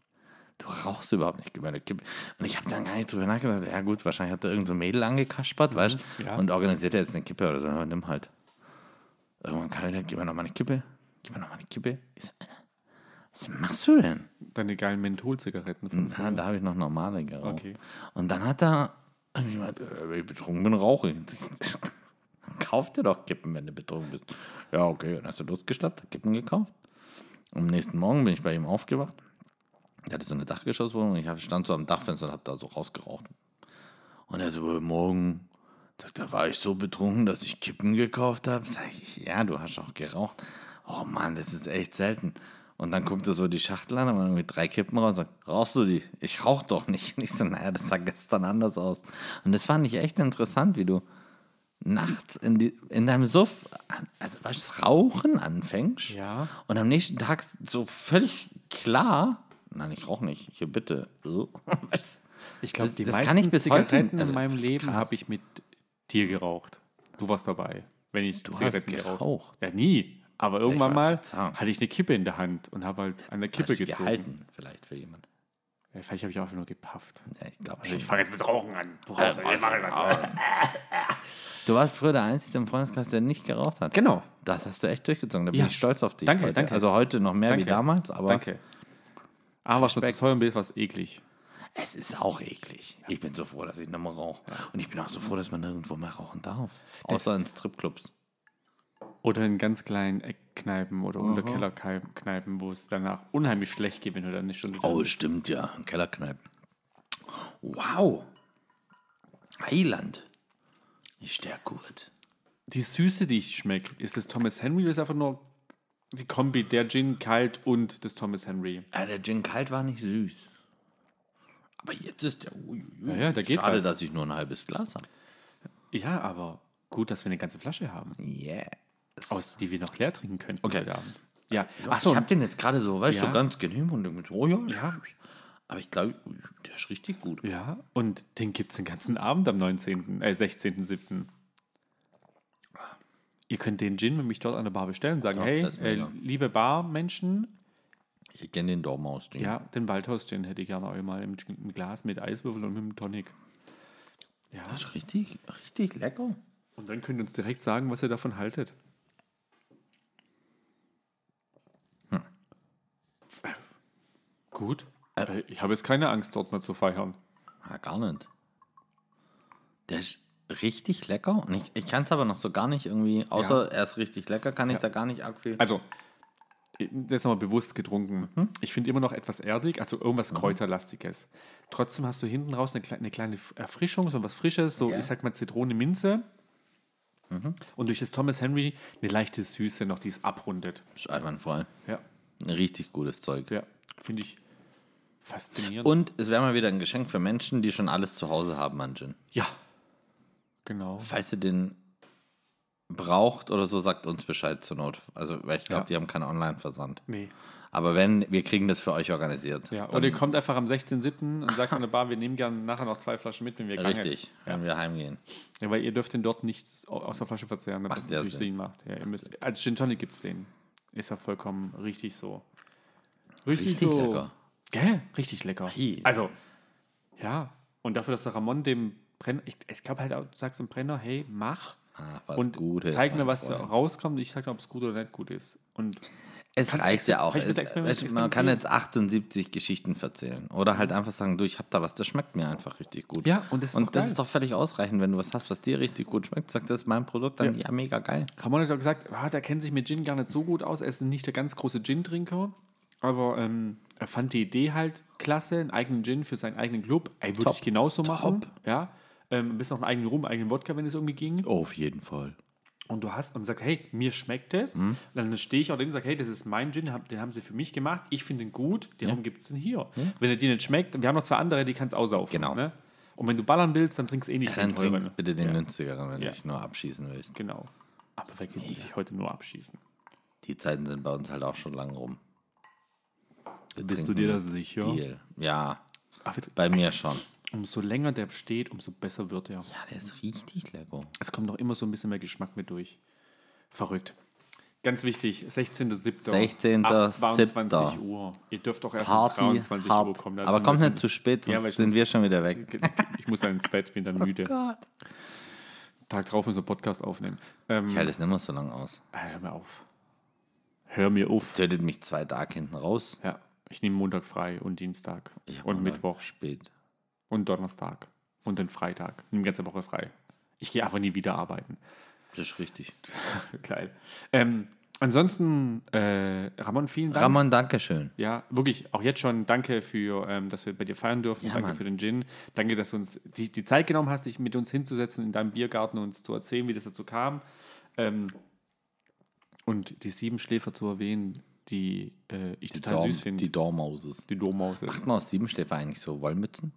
[SPEAKER 3] du rauchst überhaupt nicht, gib mir eine Kippe. Und ich habe dann gar nicht drüber nachgedacht. Ja gut, wahrscheinlich hat er irgend so ein Mädel angekaspert, weißt du?
[SPEAKER 2] Mhm, ja.
[SPEAKER 3] Und organisiert er jetzt eine Kippe oder so. Ja, nimm halt. Irgendwann kam er, gib mir noch mal eine Kippe. Gib mir noch mal eine Kippe. Ich so, Alter, was machst du denn?
[SPEAKER 2] Deine geilen Mentholzigaretten von
[SPEAKER 3] Ja, da habe ich noch normale geraucht.
[SPEAKER 2] Okay.
[SPEAKER 3] Und dann hat er irgendwie gemeint, äh, wenn ich betrunken bin, rauche ich. dann kauf dir doch Kippen, wenn du betrunken bist. Ja, okay. Dann hast du losgeschnappt, hat Kippen gekauft. Am nächsten Morgen bin ich bei ihm aufgewacht. Er hatte so eine Dachgeschosswohnung. Ich hab- stand so am Dachfenster und habe da so rausgeraucht. Und er so, "Heute morgen, sagt er, war ich so betrunken, dass ich Kippen gekauft habe. Sag ich, ja, du hast auch geraucht. Oh Mann, das ist echt selten. Und dann guckt er so die Schachtel an, da waren irgendwie drei Kippen raus und sagt, rauchst du die? Ich rauch doch nicht. Und ich so, naja, das sah gestern anders aus. Und das fand ich echt interessant, wie du nachts in, die, in deinem Suff, also was, Rauchen anfängst.
[SPEAKER 2] Ja.
[SPEAKER 3] Und am nächsten Tag so völlig klar, nein, ich rauche nicht, hier bitte. Weißt du?
[SPEAKER 2] Ich glaube,
[SPEAKER 3] Das-
[SPEAKER 2] die
[SPEAKER 3] das kann
[SPEAKER 2] meisten
[SPEAKER 3] ich bis heute-
[SPEAKER 2] Zigaretten
[SPEAKER 3] also,
[SPEAKER 2] in meinem Leben
[SPEAKER 3] krass.
[SPEAKER 2] habe ich mit dir geraucht. Du warst dabei, wenn ich
[SPEAKER 3] Du hast
[SPEAKER 2] Zigaretten geraucht
[SPEAKER 3] geraucht?
[SPEAKER 2] Ja, nie. Aber irgendwann
[SPEAKER 3] wollte
[SPEAKER 2] mal
[SPEAKER 3] gerade sagen.
[SPEAKER 2] hatte ich eine Kippe in der Hand und habe halt an der Kippe
[SPEAKER 3] Hast du
[SPEAKER 2] gezogen.
[SPEAKER 3] gehalten, vielleicht für jemanden.
[SPEAKER 2] Ja, vielleicht habe ich auch einfach nur gepafft.
[SPEAKER 3] Ja, ich glaube
[SPEAKER 2] Also
[SPEAKER 3] schon.
[SPEAKER 2] ich fange jetzt mit Rauchen an. Du rauchst, wir machen das.
[SPEAKER 3] Du warst früher der Einzige im Freundeskreis, der nicht geraucht hat.
[SPEAKER 2] Genau.
[SPEAKER 3] Das hast du echt durchgezogen. Da bin
[SPEAKER 2] Ja.
[SPEAKER 3] ich stolz auf dich.
[SPEAKER 2] Danke,
[SPEAKER 3] heute.
[SPEAKER 2] danke.
[SPEAKER 3] Also heute noch mehr
[SPEAKER 2] Danke.
[SPEAKER 3] wie damals, aber
[SPEAKER 2] Danke. A, Ah, war schon zu teuer und B, war es eklig.
[SPEAKER 3] es ist auch eklig. Ich bin so froh, dass ich nicht mehr rauche. Und ich bin auch so froh, dass man nirgendwo mehr rauchen darf. Außer in Stripclubs.
[SPEAKER 2] Oder in ganz kleinen Eckkneipen oder Unterkellerkneipen, wo es danach unheimlich schlecht geht, wenn Oh, du dann eine Stunde da
[SPEAKER 3] Oh, stimmt, ja. In Kellerkneipen. Wow. Heiland. Ist der gut.
[SPEAKER 2] Die Süße, die ich schmecke, ist das Thomas Henry oder ist einfach nur die Kombi der Gin kalt und des Thomas Henry?
[SPEAKER 3] Ja, der Gin kalt war nicht süß. Aber jetzt ist der. Uiuiui.
[SPEAKER 2] Ja, ja, da geht
[SPEAKER 3] Schade,
[SPEAKER 2] was.
[SPEAKER 3] dass ich nur ein halbes Glas habe.
[SPEAKER 2] Ja, aber gut, dass wir eine ganze Flasche haben,
[SPEAKER 3] Yeah.
[SPEAKER 2] aus die wir noch leer trinken könnten
[SPEAKER 3] Okay.
[SPEAKER 2] heute Abend. Ja,
[SPEAKER 3] Ach
[SPEAKER 2] achso,
[SPEAKER 3] Oh, Ich hab den jetzt gerade so, weißt du,
[SPEAKER 2] Ja.
[SPEAKER 3] so ganz genehm und mit, oh ja.
[SPEAKER 2] ja,
[SPEAKER 3] Aber ich glaube, der ist richtig gut.
[SPEAKER 2] ja, und den gibt es den ganzen Abend am 19., äh, 16.07. Ihr könnt den Gin, wenn mich dort an der Bar bestellen, sagen,
[SPEAKER 3] Ja,
[SPEAKER 2] hey,
[SPEAKER 3] das ist
[SPEAKER 2] äh,
[SPEAKER 3] mega.
[SPEAKER 2] liebe Barmenschen,
[SPEAKER 3] Ich kenne den Dormaus. Den.
[SPEAKER 2] ja, den Waldhaus-Gin hätte ich gerne auch mal im, im Glas mit Eiswürfel und mit dem Tonic. Ja,
[SPEAKER 3] Das ist richtig, richtig lecker.
[SPEAKER 2] und dann könnt ihr uns direkt sagen, was ihr davon haltet.
[SPEAKER 3] Hm.
[SPEAKER 2] Gut. Äh, Ich habe jetzt keine Angst, dort mal zu feiern.
[SPEAKER 3] Ja, Ah, gar nicht. Der ist richtig lecker. Und ich, ich kann es aber noch so gar nicht irgendwie, außer er ist richtig lecker, kann ich da gar nicht arg viel.
[SPEAKER 2] Also, äh, jetzt nochmal bewusst getrunken.
[SPEAKER 3] Mhm.
[SPEAKER 2] Ich finde immer noch etwas erdig, also irgendwas Kräuterlastiges. Trotzdem hast du hinten raus eine, kleine- eine kleine Erfrischung, so was Frisches, so
[SPEAKER 3] Ja. Mhm.
[SPEAKER 2] ich sag mal Zitrone, Minze. Und durch das Thomas Henry eine leichte Süße noch, die es abrundet.
[SPEAKER 3] Ist einwandfrei.
[SPEAKER 2] Ja,
[SPEAKER 3] Richtig gutes Zeug.
[SPEAKER 2] ja, finde ich faszinierend.
[SPEAKER 3] Und es wäre mal wieder ein Geschenk für Menschen, die schon alles zu Hause haben an Gin.
[SPEAKER 2] ja, genau.
[SPEAKER 3] Falls ihr den braucht oder so, sagt uns Bescheid zur Not. Also, weil ich glaube,
[SPEAKER 2] Ja.
[SPEAKER 3] die haben keinen Online-Versand.
[SPEAKER 2] Nee.
[SPEAKER 3] Aber wenn, wir kriegen das für euch organisiert.
[SPEAKER 2] Ja,
[SPEAKER 3] Dann-
[SPEAKER 2] oder ihr kommt einfach am 16.07. und sagt an der Bar, wir nehmen gerne nachher noch zwei Flaschen mit, wenn wir gegangen
[SPEAKER 3] Richtig, wenn wir heimgehen.
[SPEAKER 2] sind. Ja, weil ihr dürft den dort nicht au- aus der Flasche verzehren, damit
[SPEAKER 3] Macht
[SPEAKER 2] das
[SPEAKER 3] ja
[SPEAKER 2] natürlich
[SPEAKER 3] Sinn.
[SPEAKER 2] Sinn macht. Ja, ihr müsst, als Gin Tonic gibt es den. Ist ja vollkommen richtig so. Richtig,
[SPEAKER 3] Richtig lecker.
[SPEAKER 2] Gell? Richtig lecker.
[SPEAKER 3] Hi.
[SPEAKER 2] Also, ja. Und dafür, dass der Ramon dem Brenner, ich, ich glaube halt, auch, du sagst dem Brenner, hey, mach.
[SPEAKER 3] Ach, was
[SPEAKER 2] und
[SPEAKER 3] Gutes,
[SPEAKER 2] zeig mir,
[SPEAKER 3] mein
[SPEAKER 2] was
[SPEAKER 3] Freund.
[SPEAKER 2] da rauskommt. Und ich sag dir, ob es gut oder nicht gut ist. Und
[SPEAKER 3] Es reicht ja auch.
[SPEAKER 2] kannst du
[SPEAKER 3] Es,
[SPEAKER 2] mit Experiment-
[SPEAKER 3] weißt du, man kann
[SPEAKER 2] experimentieren? Mhm.
[SPEAKER 3] jetzt 78 Geschichten verzählen. Oder halt einfach sagen, du, ich hab da was, das schmeckt mir einfach richtig gut.
[SPEAKER 2] Ja, und das ist doch
[SPEAKER 3] und das
[SPEAKER 2] geil.
[SPEAKER 3] ist doch völlig ausreichend, wenn du was hast, was dir richtig gut schmeckt, sagst, das ist mein Produkt, dann ja, mega geil.
[SPEAKER 2] Ramon hat auch gesagt, ah, der kennt sich mit Gin gar nicht so gut aus. Er ist nicht der ganz große Gin-Trinker, aber ähm, er fand die Idee halt klasse, einen eigenen Gin für seinen eigenen Club. Ey, würde
[SPEAKER 3] Top.
[SPEAKER 2] ich genauso machen. Ja. Ähm, bis noch einen eigenen Rum, eigenen Wodka, wenn es irgendwie ging.
[SPEAKER 3] Auf jeden Fall.
[SPEAKER 2] Und du hast und sagst, hey, mir schmeckt es.
[SPEAKER 3] Mhm.
[SPEAKER 2] Und dann stehe ich auch drin und sage, hey, das ist mein Gin, hab- den haben sie für mich gemacht. Ich finde ihn gut, darum ja. gibt es den hier. Wenn er dir nicht schmeckt, wir haben noch zwei andere, die kannst du aussaufen.
[SPEAKER 3] Mhm. Genau.
[SPEAKER 2] Ne? Und wenn du ballern willst, dann trinkst du eh nicht
[SPEAKER 3] Dann
[SPEAKER 2] den teuren.
[SPEAKER 3] trinkst bitte den günstigeren, wenn
[SPEAKER 2] Ja.
[SPEAKER 3] du dich nur abschießen willst.
[SPEAKER 2] Genau. Aber wer könnte sich heute nur abschießen?
[SPEAKER 3] Die Zeiten sind bei uns halt auch schon lange rum. Wir
[SPEAKER 2] Bist du
[SPEAKER 3] trinken
[SPEAKER 2] dir da sicher?
[SPEAKER 3] Viel. Ja,
[SPEAKER 2] Ach, wir-
[SPEAKER 3] bei mir schon.
[SPEAKER 2] Ah, Umso länger der steht, umso besser wird er.
[SPEAKER 3] Ja, der ist richtig lecker.
[SPEAKER 2] Es kommt auch immer so ein bisschen mehr Geschmack mit durch. Verrückt. Ganz wichtig, 16.07.
[SPEAKER 3] 16.07..
[SPEAKER 2] ab 22 Uhr. Ihr dürft auch erst
[SPEAKER 3] Party,
[SPEAKER 2] um 23
[SPEAKER 3] hart.
[SPEAKER 2] Uhr kommen. dann
[SPEAKER 3] Aber
[SPEAKER 2] sind
[SPEAKER 3] kommt
[SPEAKER 2] wir
[SPEAKER 3] nicht zu
[SPEAKER 2] schon-
[SPEAKER 3] spät,
[SPEAKER 2] Ja,
[SPEAKER 3] sonst
[SPEAKER 2] weil ich
[SPEAKER 3] sind
[SPEAKER 2] muss-
[SPEAKER 3] wir schon wieder weg.
[SPEAKER 2] Ich muss dann ins Bett, bin dann müde.
[SPEAKER 3] Gott.
[SPEAKER 2] Tag drauf müssen wir Podcast aufnehmen. Ähm, äh,
[SPEAKER 3] Ich halte es nicht mehr so lange aus.
[SPEAKER 2] hör mir auf. Hör mir auf.
[SPEAKER 3] Tötet mich zwei Tage hinten raus.
[SPEAKER 2] Ja, ich nehme Montag frei und Dienstag
[SPEAKER 3] Ja,
[SPEAKER 2] und
[SPEAKER 3] Montag
[SPEAKER 2] Mittwoch
[SPEAKER 3] Spät.
[SPEAKER 2] und Donnerstag und den Freitag. Nimm ganze Woche frei. Ich gehe einfach nie wieder arbeiten.
[SPEAKER 3] Das ist richtig.
[SPEAKER 2] Geil. Ähm, ansonsten, äh, Ramon, vielen Dank.
[SPEAKER 3] Ramon, Dankeschön.
[SPEAKER 2] Ja, wirklich, auch jetzt schon danke für, ähm, dass wir bei dir feiern dürfen.
[SPEAKER 3] Ja,
[SPEAKER 2] danke
[SPEAKER 3] Mann.
[SPEAKER 2] für den Gin. Danke, dass du uns die, die Zeit genommen hast, dich mit uns hinzusetzen in deinem Biergarten und uns zu erzählen, wie das dazu kam. Ähm, und die sieben Schläfer zu erwähnen, die äh, ich total
[SPEAKER 3] Dorm-
[SPEAKER 2] süß finde.
[SPEAKER 3] die Dormauses.
[SPEAKER 2] Die Dommaus. ist.
[SPEAKER 3] Macht man aus Siebenschläfer eigentlich so Wollmützen?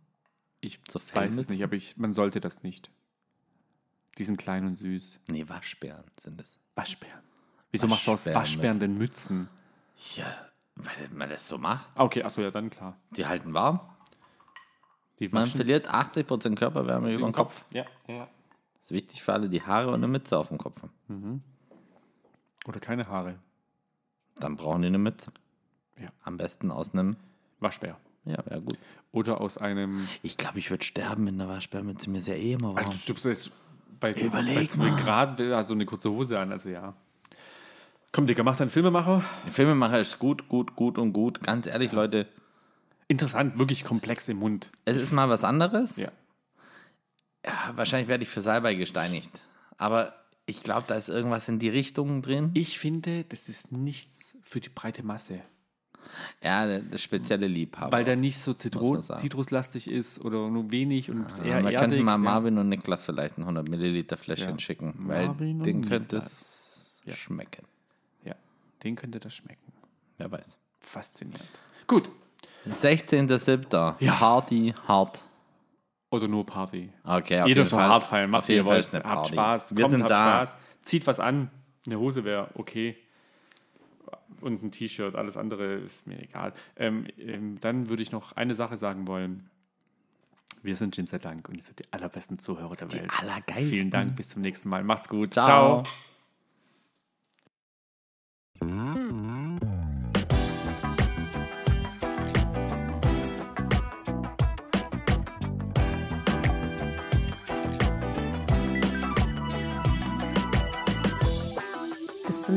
[SPEAKER 2] Ich
[SPEAKER 3] So
[SPEAKER 2] weiß es
[SPEAKER 3] Fellmützen?
[SPEAKER 2] nicht, aber ich, man sollte das nicht. Die sind klein und süß.
[SPEAKER 3] Nee, Waschbären sind es.
[SPEAKER 2] Waschbären. Wieso machst du aus
[SPEAKER 3] Waschbärenmützen.
[SPEAKER 2] Waschbären denn Mützen?
[SPEAKER 3] Ja, weil man das so macht.
[SPEAKER 2] Ah, Okay, achso, ja, dann klar.
[SPEAKER 3] Die halten warm.
[SPEAKER 2] Die
[SPEAKER 3] Man
[SPEAKER 2] waschen
[SPEAKER 3] verliert 80% Körperwärme über den Kopf.
[SPEAKER 2] Ja, ja, ja.
[SPEAKER 3] Das ist wichtig für alle, die Haare und eine Mütze auf dem Kopf haben.
[SPEAKER 2] Oder keine Haare.
[SPEAKER 3] Dann brauchen die eine Mütze.
[SPEAKER 2] Ja.
[SPEAKER 3] Am besten aus einem.
[SPEAKER 2] Waschbär.
[SPEAKER 3] Ja, wäre gut.
[SPEAKER 2] Oder aus einem.
[SPEAKER 3] Ich glaube, ich würde sterben in der Waschbärmütze. Mir ist ja eh immer warm.
[SPEAKER 2] Also, du stirbst jetzt bei, bei
[SPEAKER 3] Überleg
[SPEAKER 2] zwei Grad, also eine kurze Hose an, also ja. Komm, Dicker, mach deinen Filmemacher.
[SPEAKER 3] Der Filmemacher ist gut, gut, gut und gut. Ganz ehrlich, Leute,
[SPEAKER 2] Interessant, wirklich komplex im Mund.
[SPEAKER 3] es ist mal was anderes.
[SPEAKER 2] Ja.
[SPEAKER 3] Ja, wahrscheinlich werde ich für Salbei gesteinigt. Aber ich glaube, da ist irgendwas in die Richtung drin.
[SPEAKER 2] Ich finde, das ist nichts für die breite Masse.
[SPEAKER 3] Ja, der, der spezielle Liebhaber.
[SPEAKER 2] Weil der nicht so Zitro
[SPEAKER 3] man sagen.
[SPEAKER 2] zitruslastig ist oder nur wenig und
[SPEAKER 3] ja,
[SPEAKER 2] eher
[SPEAKER 3] da könnten
[SPEAKER 2] erdig.
[SPEAKER 3] mal
[SPEAKER 2] ja.
[SPEAKER 3] Marvin und Niklas vielleicht ein 100 Milliliter Fläschchen
[SPEAKER 2] Ja.
[SPEAKER 3] schicken, weil
[SPEAKER 2] Marvin und
[SPEAKER 3] den
[SPEAKER 2] Niklas.
[SPEAKER 3] könnte es
[SPEAKER 2] Ja.
[SPEAKER 3] schmecken.
[SPEAKER 2] ja, den könnte das schmecken.
[SPEAKER 3] Wer weiß.
[SPEAKER 2] Faszinierend. Gut.
[SPEAKER 3] 16.07.
[SPEAKER 2] Ja.
[SPEAKER 3] Party hart.
[SPEAKER 2] Oder nur Party.
[SPEAKER 3] Okay,
[SPEAKER 2] Ihr
[SPEAKER 3] auf jeden
[SPEAKER 2] dürft auch
[SPEAKER 3] Fall.
[SPEAKER 2] hart feiern, macht
[SPEAKER 3] auf
[SPEAKER 2] wie ihr
[SPEAKER 3] jeden Fall ist
[SPEAKER 2] wollt.
[SPEAKER 3] eine
[SPEAKER 2] Habt
[SPEAKER 3] Party.
[SPEAKER 2] Spaß,
[SPEAKER 3] Wir
[SPEAKER 2] kommt,
[SPEAKER 3] sind
[SPEAKER 2] habt
[SPEAKER 3] da.
[SPEAKER 2] Spaß. Zieht was an. Eine Hose wäre okay. Und ein T-Shirt, alles andere ist mir egal. Ähm, ähm, dann würde ich noch eine Sache sagen wollen. Wir sind Jin sei Dank und ihr seid die allerbesten Zuhörer der Welt.
[SPEAKER 3] Allergeilsten.
[SPEAKER 2] Vielen Dank, bis zum nächsten Mal. Macht's gut. Ciao.
[SPEAKER 3] Ciao.
[SPEAKER 1] Bis zum